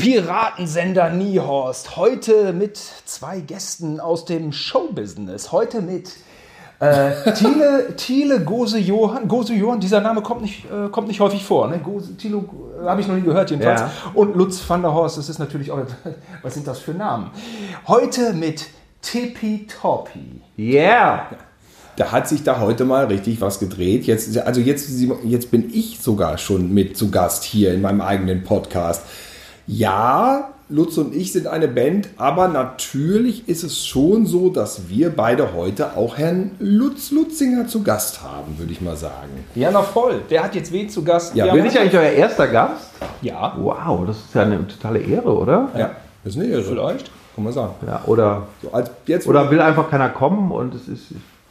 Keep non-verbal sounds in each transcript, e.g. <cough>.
Piratensender Niehorst. Heute mit zwei Gästen aus dem Showbusiness. Heute mit äh, Thiele, Thiele Gose Johann. Gose Johann, dieser Name kommt nicht, äh, kommt nicht häufig vor. Ne? Gose, Thiele äh, habe ich noch nie gehört, jedenfalls. Ja. Und Lutz van der Horst, das ist natürlich auch. <laughs> Was sind das für Namen? Heute mit Tippi Toppi. Yeah! Da hat sich da heute mal richtig was gedreht. Jetzt, also jetzt, jetzt bin ich sogar schon mit zu Gast hier in meinem eigenen Podcast. Ja, Lutz und ich sind eine Band, aber natürlich ist es schon so, dass wir beide heute auch Herrn Lutz Lutzinger zu Gast haben, würde ich mal sagen. Ja, na voll. Der hat jetzt wen zu Gast? Ja, wir Bin ich eigentlich euer erster Gast? Ja, Wow, das ist ja eine totale Ehre, oder? Ja, das ist eine Ehre. vielleicht. Kann man sagen. Ja, oder, So, als jetzt, oder will einfach keiner kommen und es ist.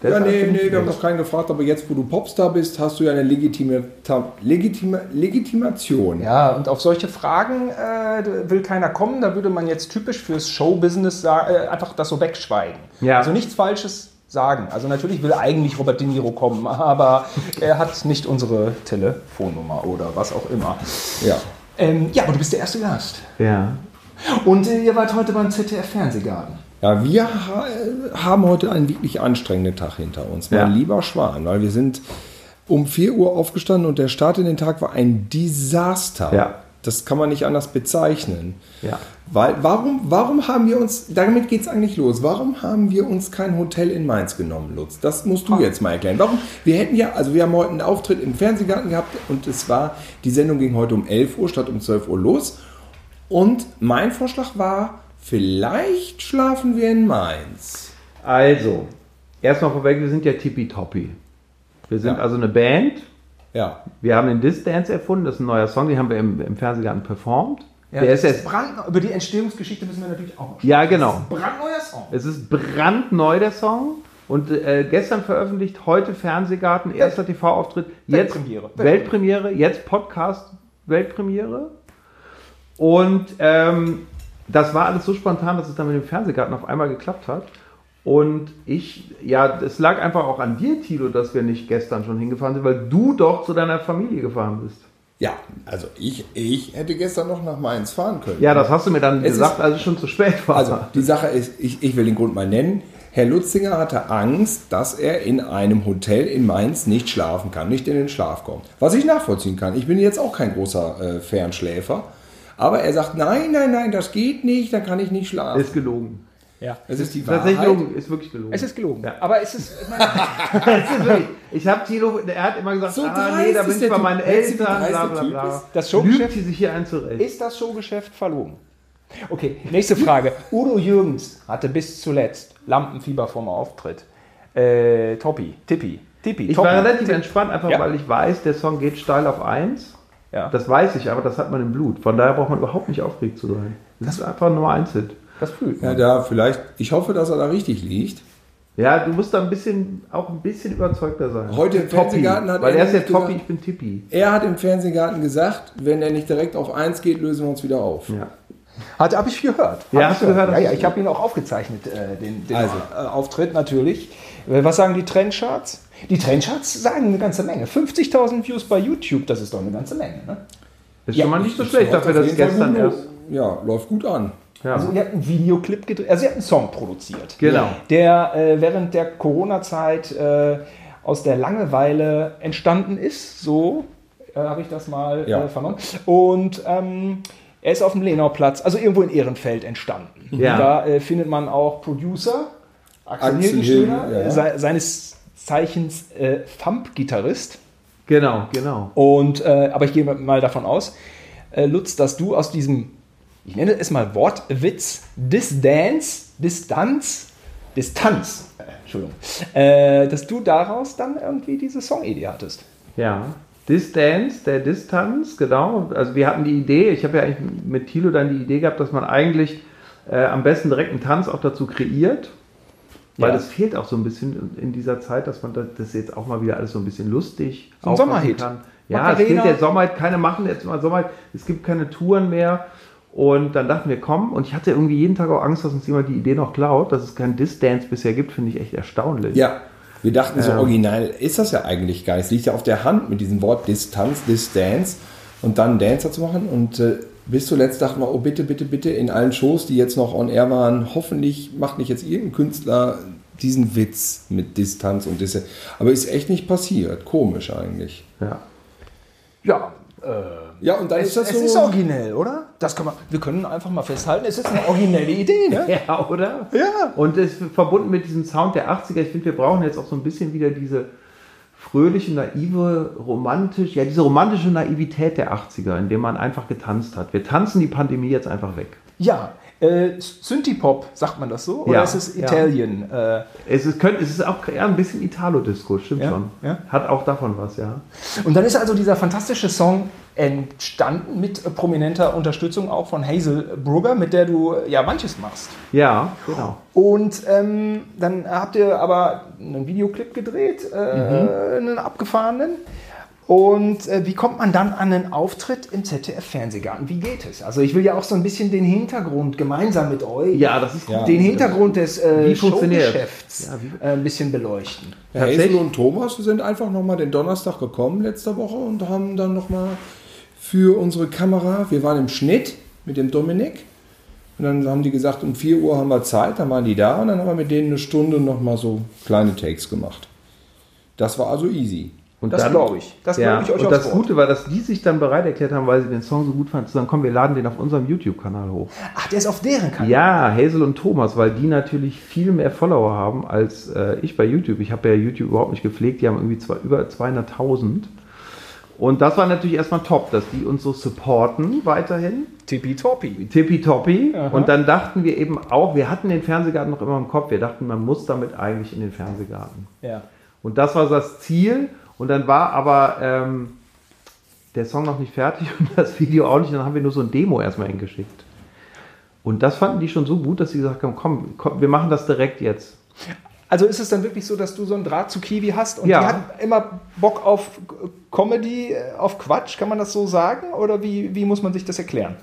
das ja, ist nee, einfach nee, nicht wir haben nett. noch keinen gefragt, aber jetzt, wo du Popstar bist, hast du ja eine legitime, Ta- legitime Legitimation. Ja, und auf solche Fragen äh, will keiner kommen. Da würde man jetzt typisch fürs Showbusiness sa- äh, einfach das so wegschweigen. Ja. Also nichts Falsches sagen. Also natürlich will eigentlich Robert De Niro kommen, <laughs> aber er hat nicht unsere Telefonnummer oder was auch immer. ja. Ähm, ja, aber du bist der erste Gast. Ja. Und äh, ihr wart heute beim ZDF Fernsehgarten. Ja, wir ha haben heute einen wirklich anstrengenden Tag hinter uns, mein Ja. lieber Schwan, weil wir sind um 4 Uhr aufgestanden und der Start in den Tag war ein Desaster. Ja. Das kann man nicht anders bezeichnen. Ja. Weil, warum, warum haben wir uns, damit geht es eigentlich los, warum haben wir uns kein Hotel in Mainz genommen, Lutz? Das musst Ah. du jetzt mal erklären. Warum? Wir hätten ja, also wir haben heute einen Auftritt im Fernsehgarten gehabt und es war, die Sendung ging heute um 11 Uhr statt um 12 Uhr los. Und mein Vorschlag war, vielleicht schlafen wir in Mainz. Also, erstmal vorweg, wir sind ja tippitoppi. Wir sind Ja. also eine Band. Ja. Wir haben den Distance erfunden, das ist ein neuer Song, den haben wir im, im Fernsehgarten performt. Der ist erst. brandneu. Über die Entstehungsgeschichte müssen wir natürlich auch noch sprechen. Ja, genau. Brandneuer Song. Es ist brandneu, der Song. Und äh, gestern veröffentlicht, heute Fernsehgarten, erster TV-Auftritt. jetzt Weltpremiere. Weltpremiere, jetzt Podcast Weltpremiere. Und ähm, das war alles so spontan, dass es dann mit dem Fernsehgarten auf einmal geklappt hat. Und ich, ja, es lag einfach auch an dir, Tilo, dass wir nicht gestern schon hingefahren sind, weil du doch zu deiner Familie gefahren bist. Ja, also ich, ich hätte gestern noch nach Mainz fahren können. Ja, das hast du mir dann Es gesagt, ist- als es schon zu spät war. Also die Sache ist, ich, ich will den Grund mal nennen. Herr Lutzinger hatte Angst, dass er in einem Hotel in Mainz nicht schlafen kann, nicht in den Schlaf kommt. Was ich nachvollziehen kann. Ich bin jetzt auch kein großer äh, Fernschläfer. Aber er sagt, nein, nein, nein, das geht nicht, da kann ich nicht schlafen. ist gelogen. Ja. Es ist die Tatsächlich Wahrheit. gelogen, ist wirklich gelogen. Es ist gelogen. Ja. Aber es ist. Ich meine, Wirklich. Ich habe Tilo, er hat immer gesagt, So ah, nee, dreist da bin ist ich der bei Typ. meinen Weißt du, wie Eltern, dreist bla der bla Typ bla. ist? Das Lügt Showgeschäft- die sich hier ein zurecht. Ist das Showgeschäft verlogen? Okay, nächste Frage. Udo Jürgens hatte bis zuletzt Lampenfieber vorm Auftritt. Äh, Toppi, Tippi, Tippi, Ich Toppi. war relativ entspannt, einfach Ja. weil ich weiß, der Song geht steil auf eins. Ja, das, Das weiß ich, aber das hat man im Blut. Von daher braucht man überhaupt nicht aufgeregt zu sein. Das ist einfach ein Nummer eins Hit. das fühlt Ja, man. da vielleicht, ich hoffe, dass er da richtig liegt. Ja, du musst da ein bisschen, auch ein bisschen überzeugter sein. Heute im Toppi, Fernsehgarten hat Weil er er ist ja nämlich gesagt- Toppi, ich bin Tippi. Er hat im Fernsehgarten gesagt, wenn er nicht direkt auf 1 geht, lösen wir uns wieder auf. Ja. Hat, habe ich gehört. Ja, Hab hast du ich gehört, Ja, ja, hast du ich habe ihn auch aufgezeichnet, äh, den, den Also. äh, Auftritt natürlich. Äh, Was sagen die Trendcharts? Die Trendcharts sagen eine ganze Menge. 50.000 Views bei YouTube, das ist doch eine ganze Menge. Ne? Ist Ja, schon mal nicht so Das schlecht läuft dafür, auf dass es jeden Fall gestern gut erst. los. Ja, läuft gut an. Ja. Also ihr habt einen Videoclip gedreht, also ihr habt einen Song produziert. Genau. Der äh, während der Corona-Zeit äh, aus der Langeweile entstanden ist, so äh, habe ich das mal Ja. äh, vernommen. Und ähm, er ist auf dem Lenauplatz, also irgendwo in Ehrenfeld entstanden. Ja. Und Da äh, findet man auch Producer, Axel, Axel Hilgenschöner, Hilgen, ja. äh, se seines Zeichens äh, Thump-Gitarrist. Genau, genau. Und, äh, aber ich gehe mal davon aus, äh, Lutz, dass du aus diesem, ich nenne es mal Wortwitz, Distanz, Distanz, Distanz, äh, Entschuldigung, äh, dass du daraus dann irgendwie diese Songidee hattest. Ja. Distance, der Distanz, genau. Also wir hatten die Idee, ich habe ja eigentlich mit Thilo dann die Idee gehabt, dass man eigentlich äh, am besten direkt einen Tanz auch dazu kreiert. Weil Ja. das fehlt auch so ein bisschen in dieser Zeit, dass man das, das jetzt auch mal wieder alles so ein bisschen lustig So ein aufmachen Sommerhit. kann. Ja, es Macarena. fehlt der Sommerhit, keine machen jetzt mal Sommerhit, es gibt keine Touren mehr. Und dann dachten wir, komm, und ich hatte irgendwie jeden Tag auch Angst, dass uns jemand die Idee noch klaut, dass es kein Distance bisher gibt, finde ich echt erstaunlich. Ja, wir dachten Ähm. so original ist das ja eigentlich gar nicht. Es liegt ja auf der Hand mit diesem Wort Distanz, Distance und dann Dancer zu machen. Und äh, Bis zuletzt dachten wir, oh bitte, bitte, bitte, in allen Shows, die jetzt noch on air waren, hoffentlich macht nicht jetzt irgendein Künstler diesen Witz mit Distanz und Disse. Aber ist echt nicht passiert. Komisch eigentlich. Ja. <laughs> Ja. Ja, und dann Es, ist das so. ist originell, oder? Das kann man, wir können einfach mal festhalten, es ist eine originelle Idee. Ne? Ja, oder? Ja. Und es ist verbunden mit diesem Sound der 80er. Ich finde, wir brauchen jetzt auch so ein bisschen wieder diese fröhliche, naive, romantische, ja, diese romantische Naivität der 80er, indem man einfach getanzt hat. Wir tanzen die Pandemie jetzt einfach weg. Ja, äh, Synthie-Pop, sagt man das so? Oder Ja, ist es ja. Italien? Äh, Es ist, könnte, es ist auch ja, ein bisschen Italo-Disco, stimmt Ja, schon. ja. Hat auch davon was, ja. und dann ist also dieser fantastische Song entstanden mit äh, prominenter Unterstützung auch von Hazel Brugger, mit der du äh, ja manches machst. Ja, genau. Und ähm, dann habt ihr aber einen Videoclip gedreht, äh, Mhm. einen abgefahrenen. Und äh, wie kommt man dann an einen Auftritt im ZDF-Fernsehgarten? Wie geht es? Also ich will ja auch so ein bisschen den Hintergrund gemeinsam mit euch, Ja, das ist gut. den Hintergrund des äh, Wie funktioniert es? Showgeschäfts äh, ein bisschen beleuchten. Ja, Hazel Tatsächlich. und Thomas sind einfach nochmal den Donnerstag gekommen letzte Woche und haben dann nochmal für unsere Kamera, wir waren im Schnitt mit dem Dominik und dann haben die gesagt, um 4 Uhr haben wir Zeit, dann waren die da und dann haben wir mit denen eine Stunde nochmal so kleine Takes gemacht. Das war also easy. Und Das dann- glaube ich. Das ja, glaube ich euch und aufs das Wort. Gute war, dass die sich dann bereit erklärt haben, weil sie den Song so gut fanden, zu sagen, komm, wir laden den auf unserem YouTube-Kanal hoch. Ach, der ist auf deren Kanal. Ja, Hazel und Thomas, weil die natürlich viel mehr Follower haben als äh, ich bei YouTube. Ich habe ja YouTube überhaupt nicht gepflegt, die haben irgendwie zwei, über 200.000. Und das war natürlich erstmal top, dass die uns so supporten weiterhin. Tippitoppi. Tippitoppi. Und dann dachten wir eben auch, wir hatten den Fernsehgarten noch immer im Kopf. Wir dachten, man muss damit eigentlich in den Fernsehgarten. Ja. Und das war das Ziel. Und dann war aber ähm, der Song noch nicht fertig <laughs> und das Video auch nicht. Dann haben wir nur so ein Demo erstmal hingeschickt. Und das fanden die schon so gut, dass sie gesagt haben, komm, komm wir machen das direkt jetzt. Also ist es dann wirklich so, dass du so einen Draht zu Kiwi hast und Ja. die hat immer Bock auf Comedy, äh, auf Quatsch, kann man das so sagen? Oder wie, wie muss man sich das erklären?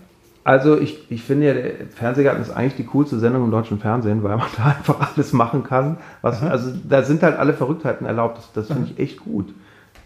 Also ich, ich finde ja, der Fernsehgarten ist eigentlich die coolste Sendung im deutschen Fernsehen, weil man <laughs> da einfach alles machen kann. Was, also da sind halt alle Verrücktheiten erlaubt. Das, das finde ich echt gut.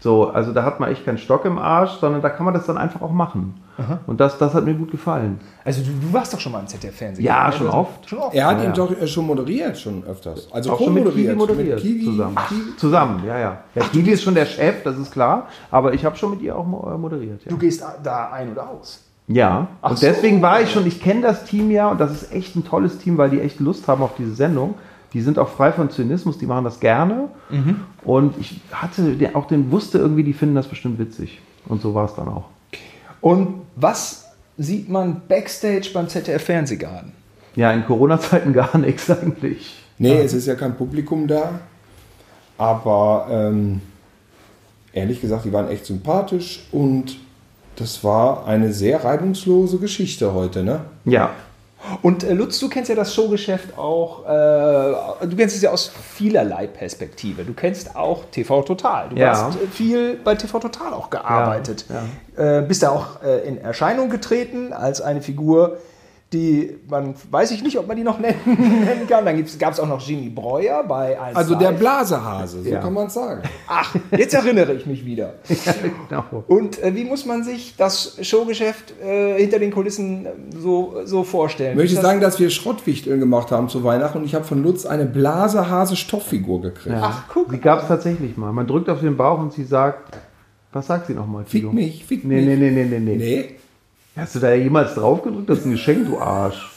So, also da hat man echt keinen Stock im Arsch, sondern da kann man das dann einfach auch machen. Und das, das hat mir gut gefallen. Also du, du warst doch schon mal im ZDF-Fernsehen. Ja, schon oft. also Schon oft. Er hat Ja, ihn ja. doch äh, schon moderiert, schon öfters. Also Auch schon mit Kiwi co-moderiert, moderiert. zusammen. Kiwi. zusammen, ja, ja. ja Kiwi ist schon der Chef, das ist klar. Aber ich habe schon mit ihr auch mo- äh, moderiert. Ja. Du gehst da ein oder aus. Ja, Ach und so. deswegen war ich schon, ich kenne das Team ja und das ist echt ein tolles Team, weil die echt Lust haben auf diese Sendung. Die sind auch frei von Zynismus, die machen das gerne. Und ich hatte den- auch den wusste irgendwie, die finden das bestimmt witzig. Und so war es dann auch. Und was sieht man backstage beim ZDF-Fernsehgarten? Ja, in Corona-Zeiten <laughs> gar nichts eigentlich. Nee, es ist ja kein Publikum da. Aber ähm, ehrlich gesagt, die waren echt sympathisch und das war eine sehr reibungslose Geschichte heute, ne? Ja, Und äh, Lutz, du kennst ja das Showgeschäft auch, äh, du kennst es ja aus vielerlei Perspektive. Du kennst auch TV Total. Du Ja. hast äh, viel bei TV Total auch gearbeitet. Äh, bist da auch äh, in Erscheinung getreten als eine Figur, die man, weiß ich nicht, ob man die noch <laughs> nennen, nennen kann. Dann gab es auch noch Jimmy Breuer bei 1 Also der Live. Blasehase, so Ja. kann man es sagen. Ach, jetzt erinnere ich mich wieder. <laughs> genau. Und äh, wie muss man sich das Showgeschäft äh, hinter den Kulissen äh, so, so vorstellen? Ich möchte Ist das- sagen, dass wir Schrottwichteln gemacht haben zu Weihnachten und ich habe von Lutz eine Blasehase-Stofffigur gekriegt. Ja. Ach, guck. Die gab es tatsächlich mal. Man drückt auf den Bauch und sie sagt, was sagt sie nochmal? Fick mich, fick Nee, mich. nee, nee, nee, nee, nee. Nee, Hast du da jemals drauf gedrückt? Das ist ein Geschenk, du Arsch.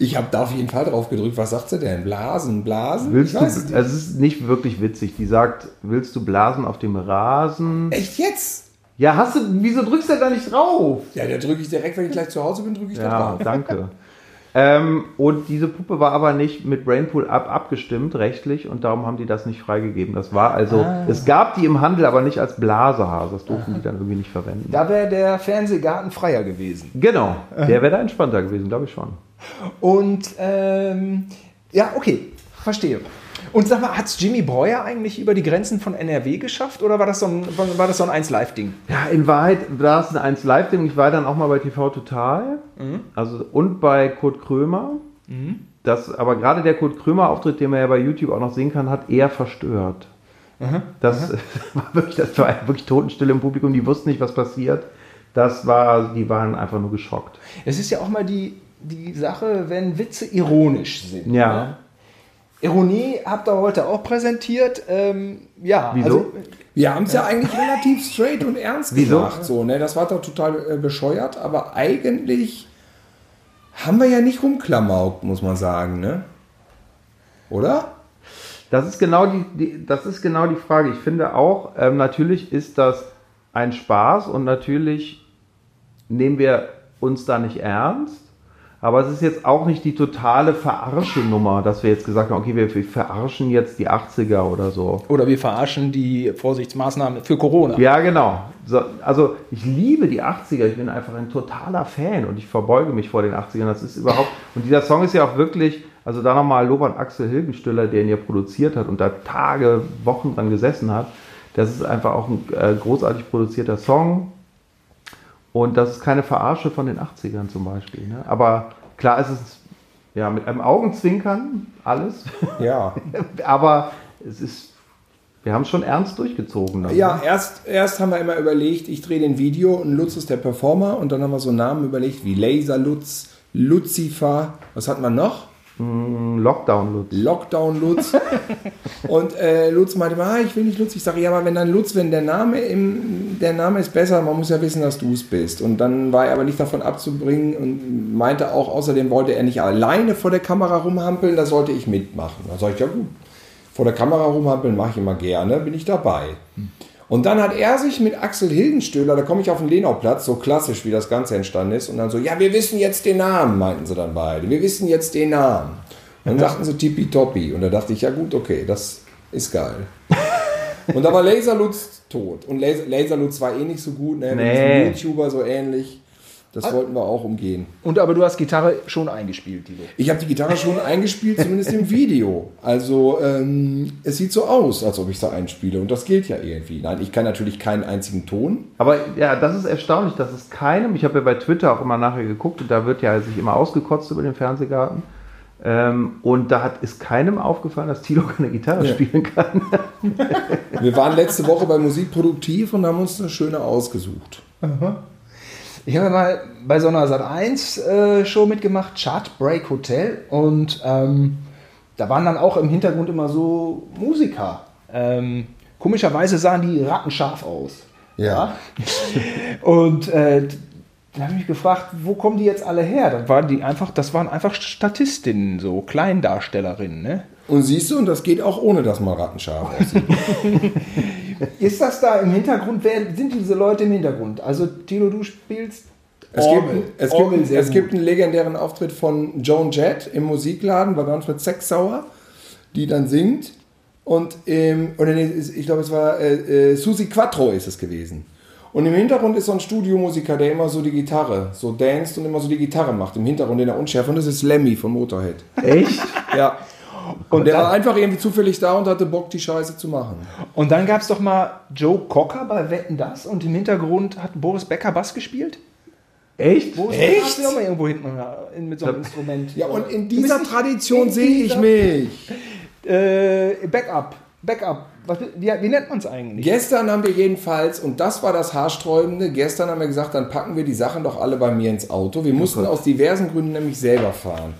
ich habe da auf jeden Fall drauf gedrückt. Was sagt sie denn? Blasen, Blasen? Willst ich du, Also, weiß es es nicht. ist nicht wirklich witzig. Die sagt, willst du blasen auf dem Rasen? Echt jetzt? Ja, hast du, wieso drückst du da nicht drauf? Ja, da drücke ich direkt, wenn ich gleich zu Hause bin, drücke ich da Ja, drauf. <laughs> danke. ähm, und diese Puppe war aber nicht mit Brainpool ab abgestimmt, rechtlich, und darum haben die das nicht freigegeben. Das war also, Ah. es gab die im Handel, aber nicht als Blasehase. Das durften die dann irgendwie nicht verwenden. Da wäre der Fernsehgarten freier gewesen. Genau, der wäre da entspannter gewesen, glaube ich schon. Und ähm, ja, okay, verstehe. Und sag mal, hat es Jimmy Breuer eigentlich über die Grenzen von NRW geschafft oder war das so ein, war das so ein 1-Live-Ding? Ja, in Wahrheit war es ein 1 live ding Ich war dann auch mal bei TV Total also, und bei Kurt Krömer. Mhm. Das, aber gerade der Kurt Krömer-Auftritt, den man ja bei YouTube auch noch sehen kann, hat eher verstört. <laughs> Das, war wirklich, das war ja wirklich Totenstille im Publikum, die wussten nicht, was passiert. Das war, die waren einfach nur geschockt. Es ist ja auch mal die, die Sache, wenn Witze ironisch sind. ne? Ja. Ironie habt ihr heute auch präsentiert. Ähm, ja, Wieso? also Wir haben es ja eigentlich relativ straight und ernst Wieso? gemacht. So, ne? Das war doch total äh, bescheuert, aber eigentlich haben wir ja nicht rumklamaukt, muss man sagen, ne? Oder? Das ist genau die, die, das ist genau die Frage. Ich finde auch, ähm, natürlich ist das ein Spaß und natürlich nehmen wir uns da nicht ernst. Aber es ist jetzt auch nicht die totale Verarsche-Nummer, dass wir jetzt gesagt haben, okay, wir, wir verarschen jetzt die 80er oder so. oder wir verarschen die Vorsichtsmaßnahmen für Corona. Ja, genau. So, also ich liebe die 80er, ich bin einfach ein totaler Fan und ich verbeuge mich vor den 80ern. Das ist überhaupt, und dieser Song ist ja auch wirklich, also da nochmal Lob an Axel Hilgenstüller, der ihn ja produziert hat und da Tage, Wochen dran gesessen hat. Das ist einfach auch ein äh, großartig produzierter Song. Und das ist keine Verarsche von den 80ern zum Beispiel. Ne? Aber klar ist es ja mit einem Augenzwinkern alles. <laughs> Ja. Aber es ist, wir haben es schon ernst durchgezogen. dann, ne? Ja, erst, erst haben wir immer überlegt, ich drehe den Video und Lutz ist der Performer und dann haben wir so Namen überlegt wie Laser Lutz, Lucifer, was hatten wir noch? Lockdown Lutz. Lockdown Lutz. und äh, Lutz meinte mal, ah, ich will nicht Lutz. Ich sage, ja, aber wenn dann Lutz, wenn der Name im, der Name ist besser, man muss ja wissen, dass du es bist. Und dann war er aber nicht davon abzubringen und meinte auch, außerdem wollte er nicht alleine vor der Kamera rumhampeln, da sollte ich mitmachen. Da sage ich, ja gut, vor der Kamera rumhampeln mache ich immer gerne, bin ich dabei. Und dann hat er sich mit Axel Hildenstöhler, da komme ich auf den Lenauplatz, so klassisch wie das Ganze entstanden ist, und dann so, ja, wir wissen jetzt den Namen, meinten sie dann beide, wir wissen jetzt den Namen. Dann sagten sie tippitoppi, und da dachte ich, ja gut, okay, das ist geil. <laughs> und da war Laserlutz tot. Und Laser, Laserlutz war eh nicht so gut, ne? mit Nee. diesem YouTuber so ähnlich. Das wollten wir auch umgehen. Und aber du hast Gitarre schon eingespielt, Dilo. Ich habe die Gitarre schon eingespielt, zumindest im Video. Also ähm, es sieht so aus, als ob ich sie einspiele. Und das gilt ja irgendwie. Nein, ich kann natürlich keinen einzigen Ton. Aber ja, das ist erstaunlich, dass es keinem, ich habe ja bei Twitter auch immer nachher geguckt und da wird ja sich immer ausgekotzt über den Fernsehgarten. Ähm, und da hat ist keinem aufgefallen, dass Tilo keine Gitarre Ja. spielen kann. Wir waren letzte Woche bei Musik produktiv und haben uns eine schöne ausgesucht. Ich habe mal bei so einer Sat 1 äh, Show mitgemacht, Chartbreak Hotel. Und ähm, da waren dann auch im Hintergrund immer so Musiker. Ähm, komischerweise sahen die rattenscharf aus. Ja. Und äh, da habe ich mich gefragt, wo kommen die jetzt alle her? Das waren die einfach, das waren einfach Statistinnen, so Kleindarstellerinnen, ne? Und siehst du, und das geht auch ohne, dass man rattenscharf aussieht. Ist das da im Hintergrund? Wer sind diese Leute im Hintergrund? Also, Tilo, du spielst. Es Orgel. gibt, es, Orgel gibt, sehr es gut. gibt einen legendären Auftritt von Joan Jett im Musikladen bei Manfred Sechsauer, die dann singt. Und ähm, oder nee, es- ich glaube, es war äh, äh, Susi Quattro ist es gewesen. Und im Hintergrund ist so ein Studiomusiker, der immer so die Gitarre, so danced und immer so die Gitarre macht. Im Hintergrund in der Unschärfe. Und das ist Lemmy von Motorhead. <laughs> Echt? Ja. Und der dann- war einfach irgendwie zufällig da und hatte Bock, die Scheiße zu machen. Und dann gab es doch mal Joe Cocker bei Wetten Das und im Hintergrund hat Boris Becker Bass gespielt. Echt? Boris Echt? Becker ist ja immer irgendwo hinten äh, mit so einem Instrument. Ja, und in Du dieser bist nicht- Tradition in sehe ich dieser- mich. Äh, Backup. Backup. Was, wie, wie nennt man es eigentlich? Gestern haben wir jedenfalls, und das war das Haarsträubende, gestern haben wir gesagt, dann packen wir die Sachen doch alle bei mir ins Auto. Oh Wir mussten aus diversen Gründen nämlich selber fahren.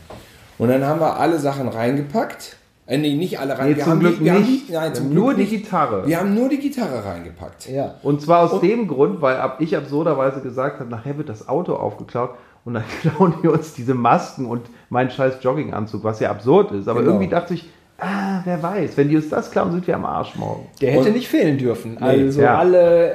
Und dann haben wir alle Sachen reingepackt. Äh, nee, nicht alle rein. Nee, wir zum haben Glück die, wir nicht. Haben die, nein, Wir zum haben Glück nur die nicht. Gitarre. Wir haben nur die Gitarre reingepackt. Ja. Und zwar aus dem Grund, weil ab ich absurderweise gesagt habe, nachher wird das Auto aufgeklaut und dann <laughs> klauen die uns diese Masken und meinen scheiß Jogginganzug, was ja absurd ist. Aber Genau. irgendwie dachte ich, ah, wer weiß, wenn die uns das klauen, sind wir am Arsch morgen. Der hätte Und- nicht fehlen dürfen. also ja. alle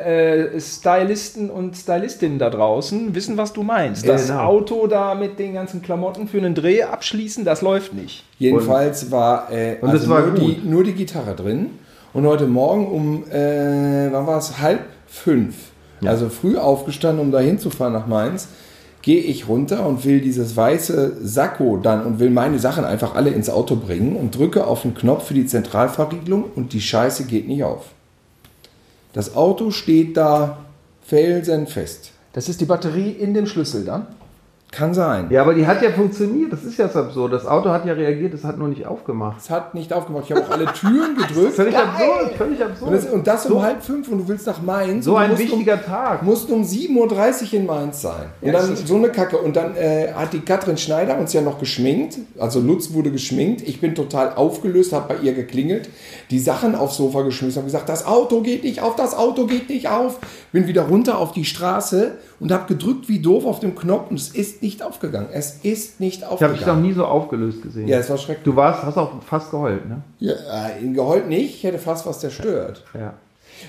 äh, Stylisten und Stylistinnen da draußen wissen, was du meinst. Das Genau. Auto da mit den ganzen Klamotten für einen Dreh abschließen, das läuft nicht. Jedenfalls war, äh, Und es war nur, gut. Die, nur die Gitarre drin. Und heute Morgen um, äh, wann war es, halb fünf, also früh aufgestanden, um da hinzufahren nach Mainz, gehe ich runter und will dieses weiße Sakko dann und will meine Sachen einfach alle ins Auto bringen und drücke auf den Knopf für die Zentralverriegelung und die Scheiße geht nicht auf. Das Auto steht da felsenfest. Das ist die Batterie in dem Schlüssel dann? Kann sein. Ja, aber die hat ja funktioniert. Das ist ja das Absurd. Das Auto hat ja reagiert, es hat nur nicht aufgemacht. Es hat nicht aufgemacht. Ich habe auch alle <laughs> Türen gedrückt. Völlig absurd, völlig absurd. Und das, und das um so, halb fünf und du willst nach Mainz. so und du ein musst wichtiger um, Tag. Mussten um 7.30 Uhr in Mainz sein. Und Ja, dann das ist- so eine Kacke. Und dann äh, hat die Katrin Schneider uns ja noch geschminkt. Also Lutz wurde geschminkt. Ich bin total aufgelöst, habe bei ihr geklingelt, die Sachen aufs Sofa geschmissen, habe gesagt, das Auto geht nicht auf, das Auto geht nicht auf. Bin wieder runter auf die Straße und habe gedrückt wie doof auf dem Knopf und es ist nicht aufgegangen. Es ist Ich nicht habe dich noch aufgegangen. nie so aufgelöst gesehen. ja, es war schrecklich. Du warst, hast auch fast geheult, ne? Ja, äh, geheult nicht, ich hätte fast was zerstört. Ja.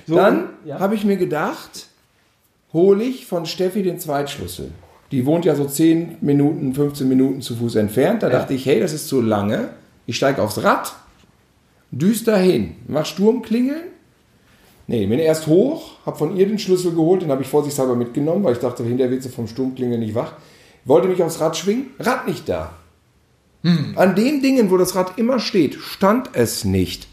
Dann ja. habe ich mir gedacht, hole ich von Steffi den Zweitschlüssel. Die wohnt ja so 10 Minuten, 15 Minuten zu Fuß entfernt. Da dachte ich, hey, das ist zu lange. Ich steige aufs Rad, düster hin, mach Sturmklingeln. Nee, bin erst hoch, habe von ihr den Schlüssel geholt, den habe ich vorsichtshalber mitgenommen, weil ich dachte, hinterher wird sie vom Sturmklingeln nicht wach. Wollte mich aufs Rad schwingen, Rad nicht da. Hm. An den Dingen, wo das Rad immer steht, stand es nicht.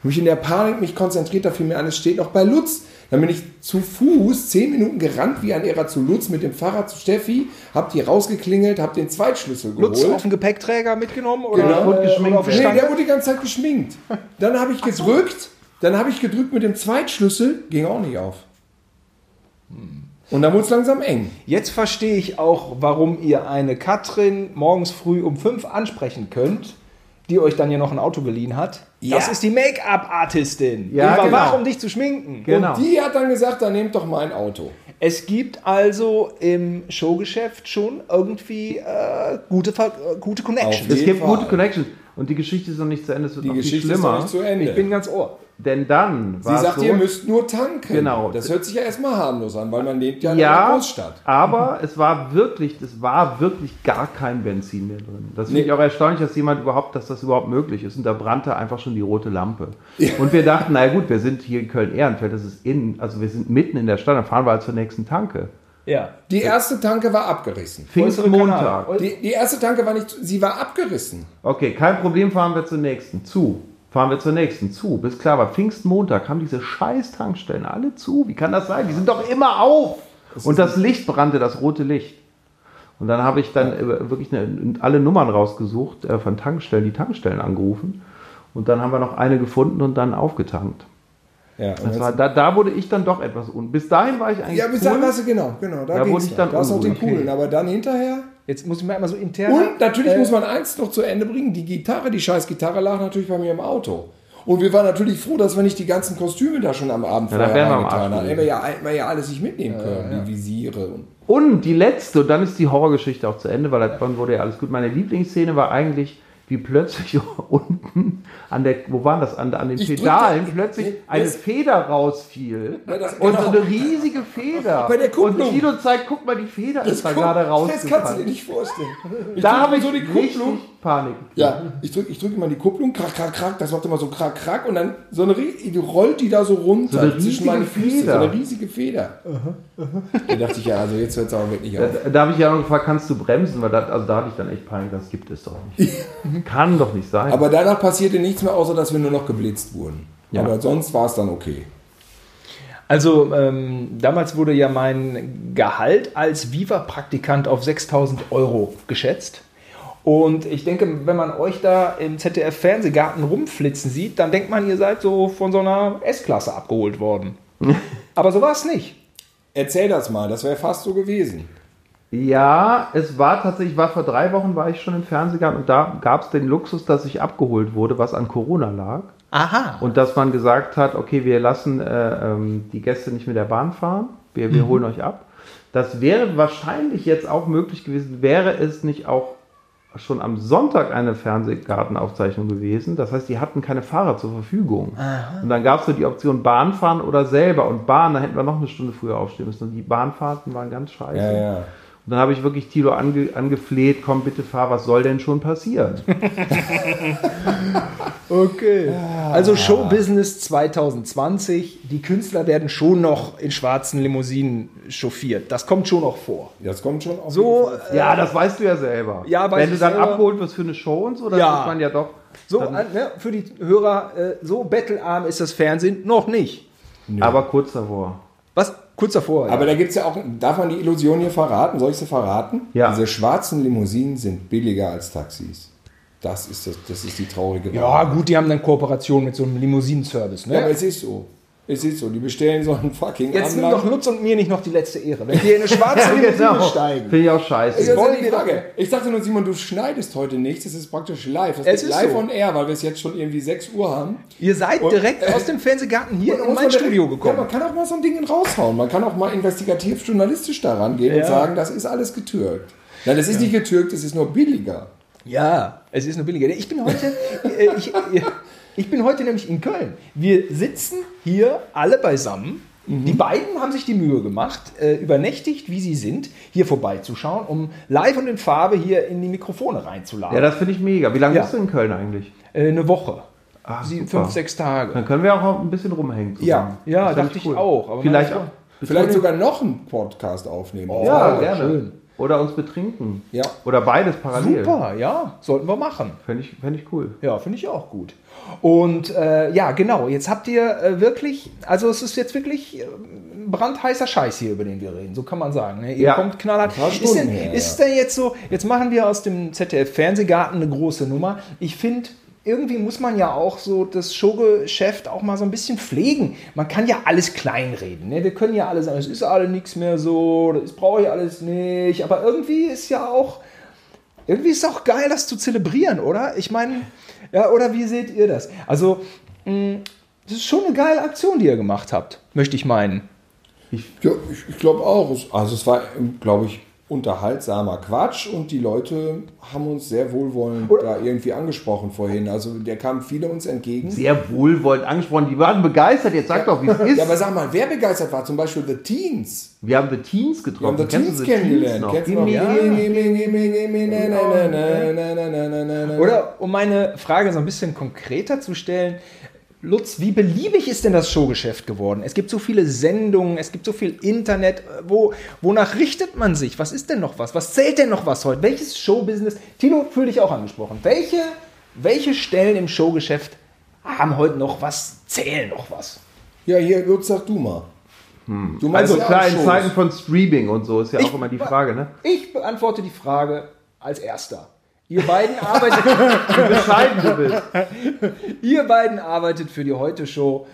Hab Mich in der Panik mich konzentriert, da fiel mir an, es steht noch bei Lutz. Dann bin ich zu Fuß zehn Minuten gerannt wie ein Irrer zu Lutz mit dem Fahrrad zu Steffi, hab die rausgeklingelt, hab den Zweitschlüssel geholt. Lutz auf den Gepäckträger mitgenommen oder, äh, Genau. oder Und geschminkt auf den werden. Nee, Stand? der wurde die ganze Zeit geschminkt. Dann habe ich gedrückt, dann habe ich gedrückt mit dem Zweitschlüssel, ging auch nicht auf. Hm. Und dann wurde es langsam eng. Jetzt verstehe ich auch, warum ihr eine Katrin morgens früh um fünf ansprechen könnt, die euch dann ja noch ein Auto geliehen hat. Ja. Das ist die Make-up-Artistin. Ja, die war genau. wach, um dich zu schminken. Genau. Und die hat dann gesagt, dann nehmt doch mein Auto. Es gibt also im Showgeschäft schon irgendwie äh, gute, Ver äh, gute Auf Connections. Es jeden gibt Fall. gute Connections. Und die Geschichte ist noch nicht zu Ende. Es wird Die noch viel Geschichte schlimmer. ist noch nicht zu Ende. Ich bin ganz ohr. Denn dann war Sie es sagt, so, ihr müsst nur tanken. Genau. Das hört sich ja erstmal harmlos an, weil man lebt ja in einer ja, Großstadt. aber es war wirklich, es war wirklich gar kein Benzin mehr drin. Das finde Nee. ich auch erstaunlich, dass jemand überhaupt, dass das überhaupt möglich ist. Und da brannte einfach schon die rote Lampe. Und wir dachten, na gut, wir sind hier in Köln-Ehrenfeld, das ist innen, also wir sind mitten in der Stadt, dann fahren wir halt zur nächsten Tanke. Ja. Die erste Tanke war abgerissen. Pfingstmontag. Kanal. Die, die erste Tanke war nicht, sie war abgerissen. Okay, kein Problem, fahren wir zur nächsten. Zu. Fahren wir zur nächsten. Zu. Bis klar war, Pfingstmontag haben diese scheiß Tankstellen alle zu. Wie kann das sein? Die sind doch immer auf. Und das Licht brannte, das rote Licht. Und dann habe ich dann äh, wirklich eine, alle Nummern rausgesucht äh, von Tankstellen, die Tankstellen angerufen. Und dann haben wir noch eine gefunden und dann aufgetankt. Ja, und Das jetzt- war, da, da wurde ich dann doch etwas un. Bis dahin war ich eigentlich. ja bis cool. dahin warst du, genau, genau. Da, Da ging's wurde ich noch. dann Da hast du auch den unruhig. Kugeln, aber dann hinterher. Jetzt muss ich mal immer so intern. Und natürlich Äh, muss man eins noch zu Ende bringen: die Gitarre, die scheiß Gitarre lag natürlich bei mir im Auto. Und wir waren natürlich froh, dass wir nicht die ganzen Kostüme da schon am Abend Ja, da wären wir am Arsch haben. Hätten wir gewesen. ja, hätten wir ja alles nicht mitnehmen können, die Visiere. Und Und die letzte, und dann ist die Horrorgeschichte auch zu Ende, weil dann wurde ja alles gut. Meine Lieblingsszene war eigentlich, wie plötzlich <laughs> unten an der, wo waren das, an, an den Ich drückte- Pedalen, plötzlich eine das- Feder rausfiel. Ja, das- und so genau. eine riesige Feder. Bei der und Kupplung. Tino zeigt, guck mal, die Feder ist da guck, gerade Das kannst du dir rausgefallen. nicht vorstellen. <laughs> Da habe ich drück so so die die Kupplung. richtig Panik. Ja, ich drücke ich drück immer die Kupplung, krack, krack, krack, das macht immer so krack, krack und dann so eine, ri- die rollt die da so runter So eine zwischen meine riesige Füße, so Feder. eine riesige Feder. Da dachte ich, ja, also jetzt hört es aber wirklich auf. Da, da habe ich ja noch gefragt, kannst du bremsen? Weil da, also da hatte ich dann echt Panik, das gibt es doch <laughs> nicht. Kann doch nicht sein. Aber danach passierte nichts mehr, außer dass wir nur noch geblitzt wurden. Ja. Aber sonst war es dann okay. Also ähm, damals wurde ja mein Gehalt als Viva-Praktikant auf 6000 Euro geschätzt. Und ich denke, wenn man euch da im ZDF-Fernsehgarten rumflitzen sieht, dann denkt man, ihr seid so von so einer S-Klasse abgeholt <laughs> worden. Aber so war es nicht. Erzähl das mal, das wäre fast so gewesen. Ja, es war tatsächlich, war vor drei Wochen war ich schon im Fernsehgarten und da gab es den Luxus, dass ich abgeholt wurde, was an Corona lag. Aha. Und dass man gesagt hat, okay, wir lassen äh, ähm, die Gäste nicht mit der Bahn fahren, wir, Mhm. wir holen euch ab. Das wäre wahrscheinlich jetzt auch möglich gewesen, wäre es nicht auch schon am Sonntag eine Fernsehgartenaufzeichnung gewesen. Das heißt, die hatten keine Fahrer zur Verfügung. Und dann gab es so die Option Bahn fahren oder selber. Und Bahn, da hätten wir noch eine Stunde früher aufstehen müssen. Und die Bahnfahrten waren ganz scheiße. Ja, ja. Und dann habe ich wirklich Thilo ange angefleht, komm bitte fahr, was soll denn schon passieren? <laughs> Okay. Ah. Also Showbusiness 2020. Die Künstler werden schon noch in schwarzen Limousinen chauffiert. Das kommt schon noch vor. Das kommt schon auf. So, jeden Fall. äh, ja, das weißt du ja selber. Ja, weiß Wenn du ich dann selber. abgeholt wirst für eine Show und so, dann Ja. ist man ja doch. so dann, äh, ne, für die Hörer, äh, so bettelarm ist das Fernsehen noch nicht. aber kurz davor. Was? Kurz davor. Aber da gibt es ja auch, darf man die Illusion hier verraten? Soll ich sie verraten? Ja. Diese schwarzen Limousinen sind billiger als Taxis. Das ist, das, das ist die traurige ja. ja, Wahrheit. gut, die haben dann Kooperation mit so einem Limousinenservice. Ne? Ja, aber es ist so. Es ist so. Die bestellen so einen fucking Jetzt nimm Anlag- doch Lutz und mir nicht noch die letzte Ehre. Wenn wir in eine <laughs> schwarze <laughs> Genau. Limousine steigen. Genau. Finde ich auch Das scheiße. ist ja Wollen die wir doch- Frage. Ich dachte nur, Simon, du schneidest heute nichts. Es ist praktisch live. Das Es ist ist live so. on air, weil wir es jetzt schon irgendwie 6 Uhr haben. Ihr seid Und- direkt aus dem Fernsehgarten hier Und in mein muss man- Studio Ja, man gekommen. kann auch mal so ein Ding raushauen. Man kann auch mal investigativ journalistisch daran gehen und Ja. sagen, das ist alles getürkt. Nein, das ist nicht getürkt, das ist nur billiger. Ja, es ist nur billiger. Ich bin heute, <laughs> äh, ich, äh, ich bin heute nämlich in Köln. Wir sitzen hier alle beisammen. Mhm. Die beiden haben sich die Mühe gemacht, äh, übernächtigt, wie sie sind, hier vorbeizuschauen, um live und in Farbe hier in die Mikrofone reinzuladen. Ja, das finde ich mega. Wie lange Ja. bist du in Köln eigentlich? äh, eine Woche. Ach, Sie, super. fünf, sechs Tage. Dann können wir auch ein bisschen rumhängen. zusammen. Ja, ja, Das find dachte ich auch, aber Vielleicht meine auch. Vielleicht sogar noch einen Podcast aufnehmen. Ja, Oh, gerne. schön. Oder uns betrinken. Ja. Oder beides parallel. Super, ja, sollten wir machen. Fände ich, fänd ich cool. Ja, finde ich auch gut. Und äh, ja, genau, jetzt habt ihr äh, wirklich, also es ist jetzt wirklich äh, brandheißer Scheiß hier, über den wir reden, so kann man sagen. Ne? Ihr Ja. kommt knallhart. paar Ist Stunden denn, her, ist denn jetzt so, jetzt machen wir aus dem ZDF-Fernsehgarten eine große Nummer. Ich finde, irgendwie muss man ja auch so das Showgeschäft auch mal so ein bisschen pflegen. Man kann ja alles kleinreden. Ne? Wir können ja alles sagen, es ist alles nichts mehr so, das brauche ich alles nicht. Aber irgendwie ist ja auch, irgendwie ist es auch geil, das zu zelebrieren, oder? Ich meine, ja, oder wie seht ihr das? Also, mh, das ist schon eine geile Aktion, die ihr gemacht habt, möchte ich meinen. Ja, ich, ich glaube auch. Es- Also es war, glaube ich, unterhaltsamer Quatsch und die Leute haben uns sehr wohlwollend da irgendwie angesprochen vorhin. Also der kamen viele uns entgegen. Sehr wohlwollend angesprochen. Die waren begeistert. Jetzt sag doch, wie es ist. Ja, aber sag mal, wer begeistert war? Zum Beispiel The Teens. wir haben The Teens Wir haben getroffen. The Kennst Teens du kennengelernt. noch? Kennst du noch? Ja. Oder? Oder um meine Frage so ein bisschen konkreter zu stellen, Lutz, wie beliebig ist denn das Showgeschäft geworden? Es gibt so viele Sendungen, es gibt so viel Internet. äh, Wo, wonach richtet man sich? Was ist denn noch was? Was zählt denn noch was heute? Welches Showbusiness? Tilo, fühl dich auch angesprochen. Welche, welche Stellen im Showgeschäft haben heute noch was, zählen noch was? Ja, hier, Lutz, sag du mal. Du machst Also ja auch klar, in Shows. Zeiten von Streaming und so ist ja auch Ich- immer die Frage, <laughs> ne? Ich beantworte die Frage als erster. Ihr beiden arbeitet, Wie bescheiden du bist. ihr beiden arbeitet für die Heute Show.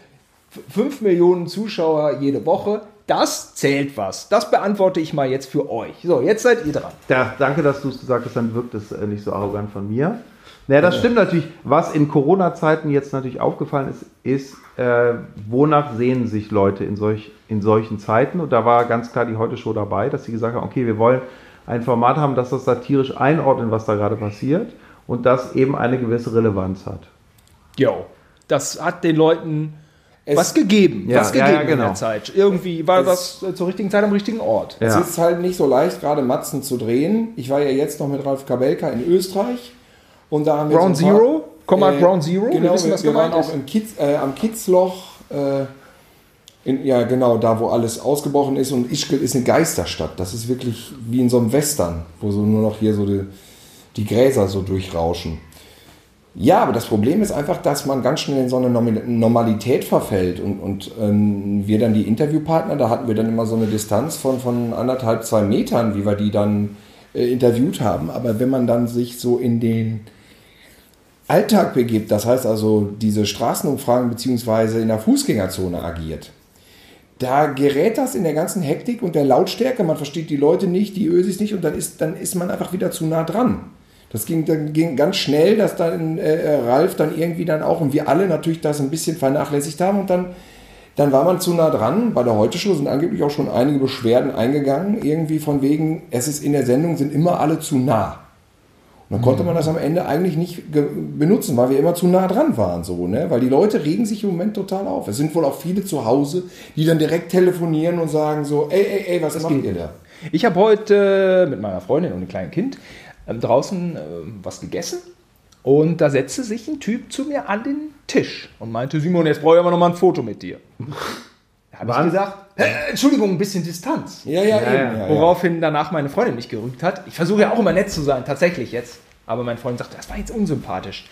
F- Fünf Millionen Zuschauer jede Woche. Das zählt was. Das beantworte ich mal jetzt für euch. So, jetzt seid ihr dran. Da, danke, dass du es gesagt hast, dann wirkt es äh, nicht so arrogant von mir. Naja, das stimmt natürlich. Was in Corona-Zeiten jetzt natürlich aufgefallen ist, ist, äh, wonach sehen sich Leute in, solch, in solchen Zeiten? Und da war ganz klar die Heute-Show dabei, dass sie gesagt haben, okay, wir wollen ein Format haben, dass das satirisch einordnet, was da gerade passiert und das eben eine gewisse Relevanz hat. Jo. Das hat den Leuten Es- was gegeben. Ja, was gegeben ja, ja, in genau. der Zeit. Irgendwie war Es- das äh, zur richtigen Zeit am richtigen Ort. Es Ja. ist halt nicht so leicht, gerade Matzen zu drehen. Ich war ja jetzt noch mit Ralf Kabelka in Österreich. Und da haben wir Ground so ein paar- Zero? Komma Ground Zero? Genau, wir, Wir wissen, was wir waren gemeint auch ist. im Kiez, äh, am Kiezloch. Äh, in, ja, genau, da wo alles ausgebrochen ist. Und Ischgl ist eine Geisterstadt. Das ist wirklich wie in so einem Western, wo so nur noch hier so die, die Gräser so durchrauschen. Ja, aber das Problem ist einfach, dass man ganz schnell in so eine Nomi- Normalität verfällt und, und ähm, wir dann die Interviewpartner, da hatten wir dann immer so eine Distanz von, von anderthalb, zwei Metern, wie wir die dann äh, interviewt haben. Aber wenn man dann sich so in den Alltag begibt, das heißt also diese Straßenumfragen beziehungsweise in der Fußgängerzone agiert, da gerät das in der ganzen Hektik und der Lautstärke, man versteht die Leute nicht, die Ösis nicht und dann ist, dann ist man einfach wieder zu nah dran. Das ging, dann ging ganz schnell, dass dann äh, Ralf dann irgendwie dann auch und wir alle natürlich das ein bisschen vernachlässigt haben und dann, dann war man zu nah dran. Bei der Heute-Show sind angeblich auch schon einige Beschwerden eingegangen, irgendwie von wegen, es ist in der Sendung, sind immer alle zu nah. Und dann konnte man das am Ende eigentlich nicht ge- benutzen, weil wir immer zu nah dran waren, so, ne? Weil die Leute regen sich im Moment total auf. Es sind wohl auch viele zu Hause, die dann direkt telefonieren und sagen so, ey, ey, ey, was macht geht ihr da? Ich habe heute mit meiner Freundin und einem kleinen Kind ähm, draußen ähm, was gegessen und da setzte sich ein Typ zu mir an den Tisch und meinte, Simon, jetzt brauche ich aber noch mal ein Foto mit dir. <laughs> Da habe ich Wann? gesagt, "Äh, Entschuldigung, ein bisschen Distanz. Ja, ja, Ja, eben. ja. Ja, ja. Woraufhin danach meine Freundin mich gerügt hat. Ich versuche ja auch immer nett zu sein, tatsächlich jetzt. Aber mein Freund sagt, das war jetzt unsympathisch.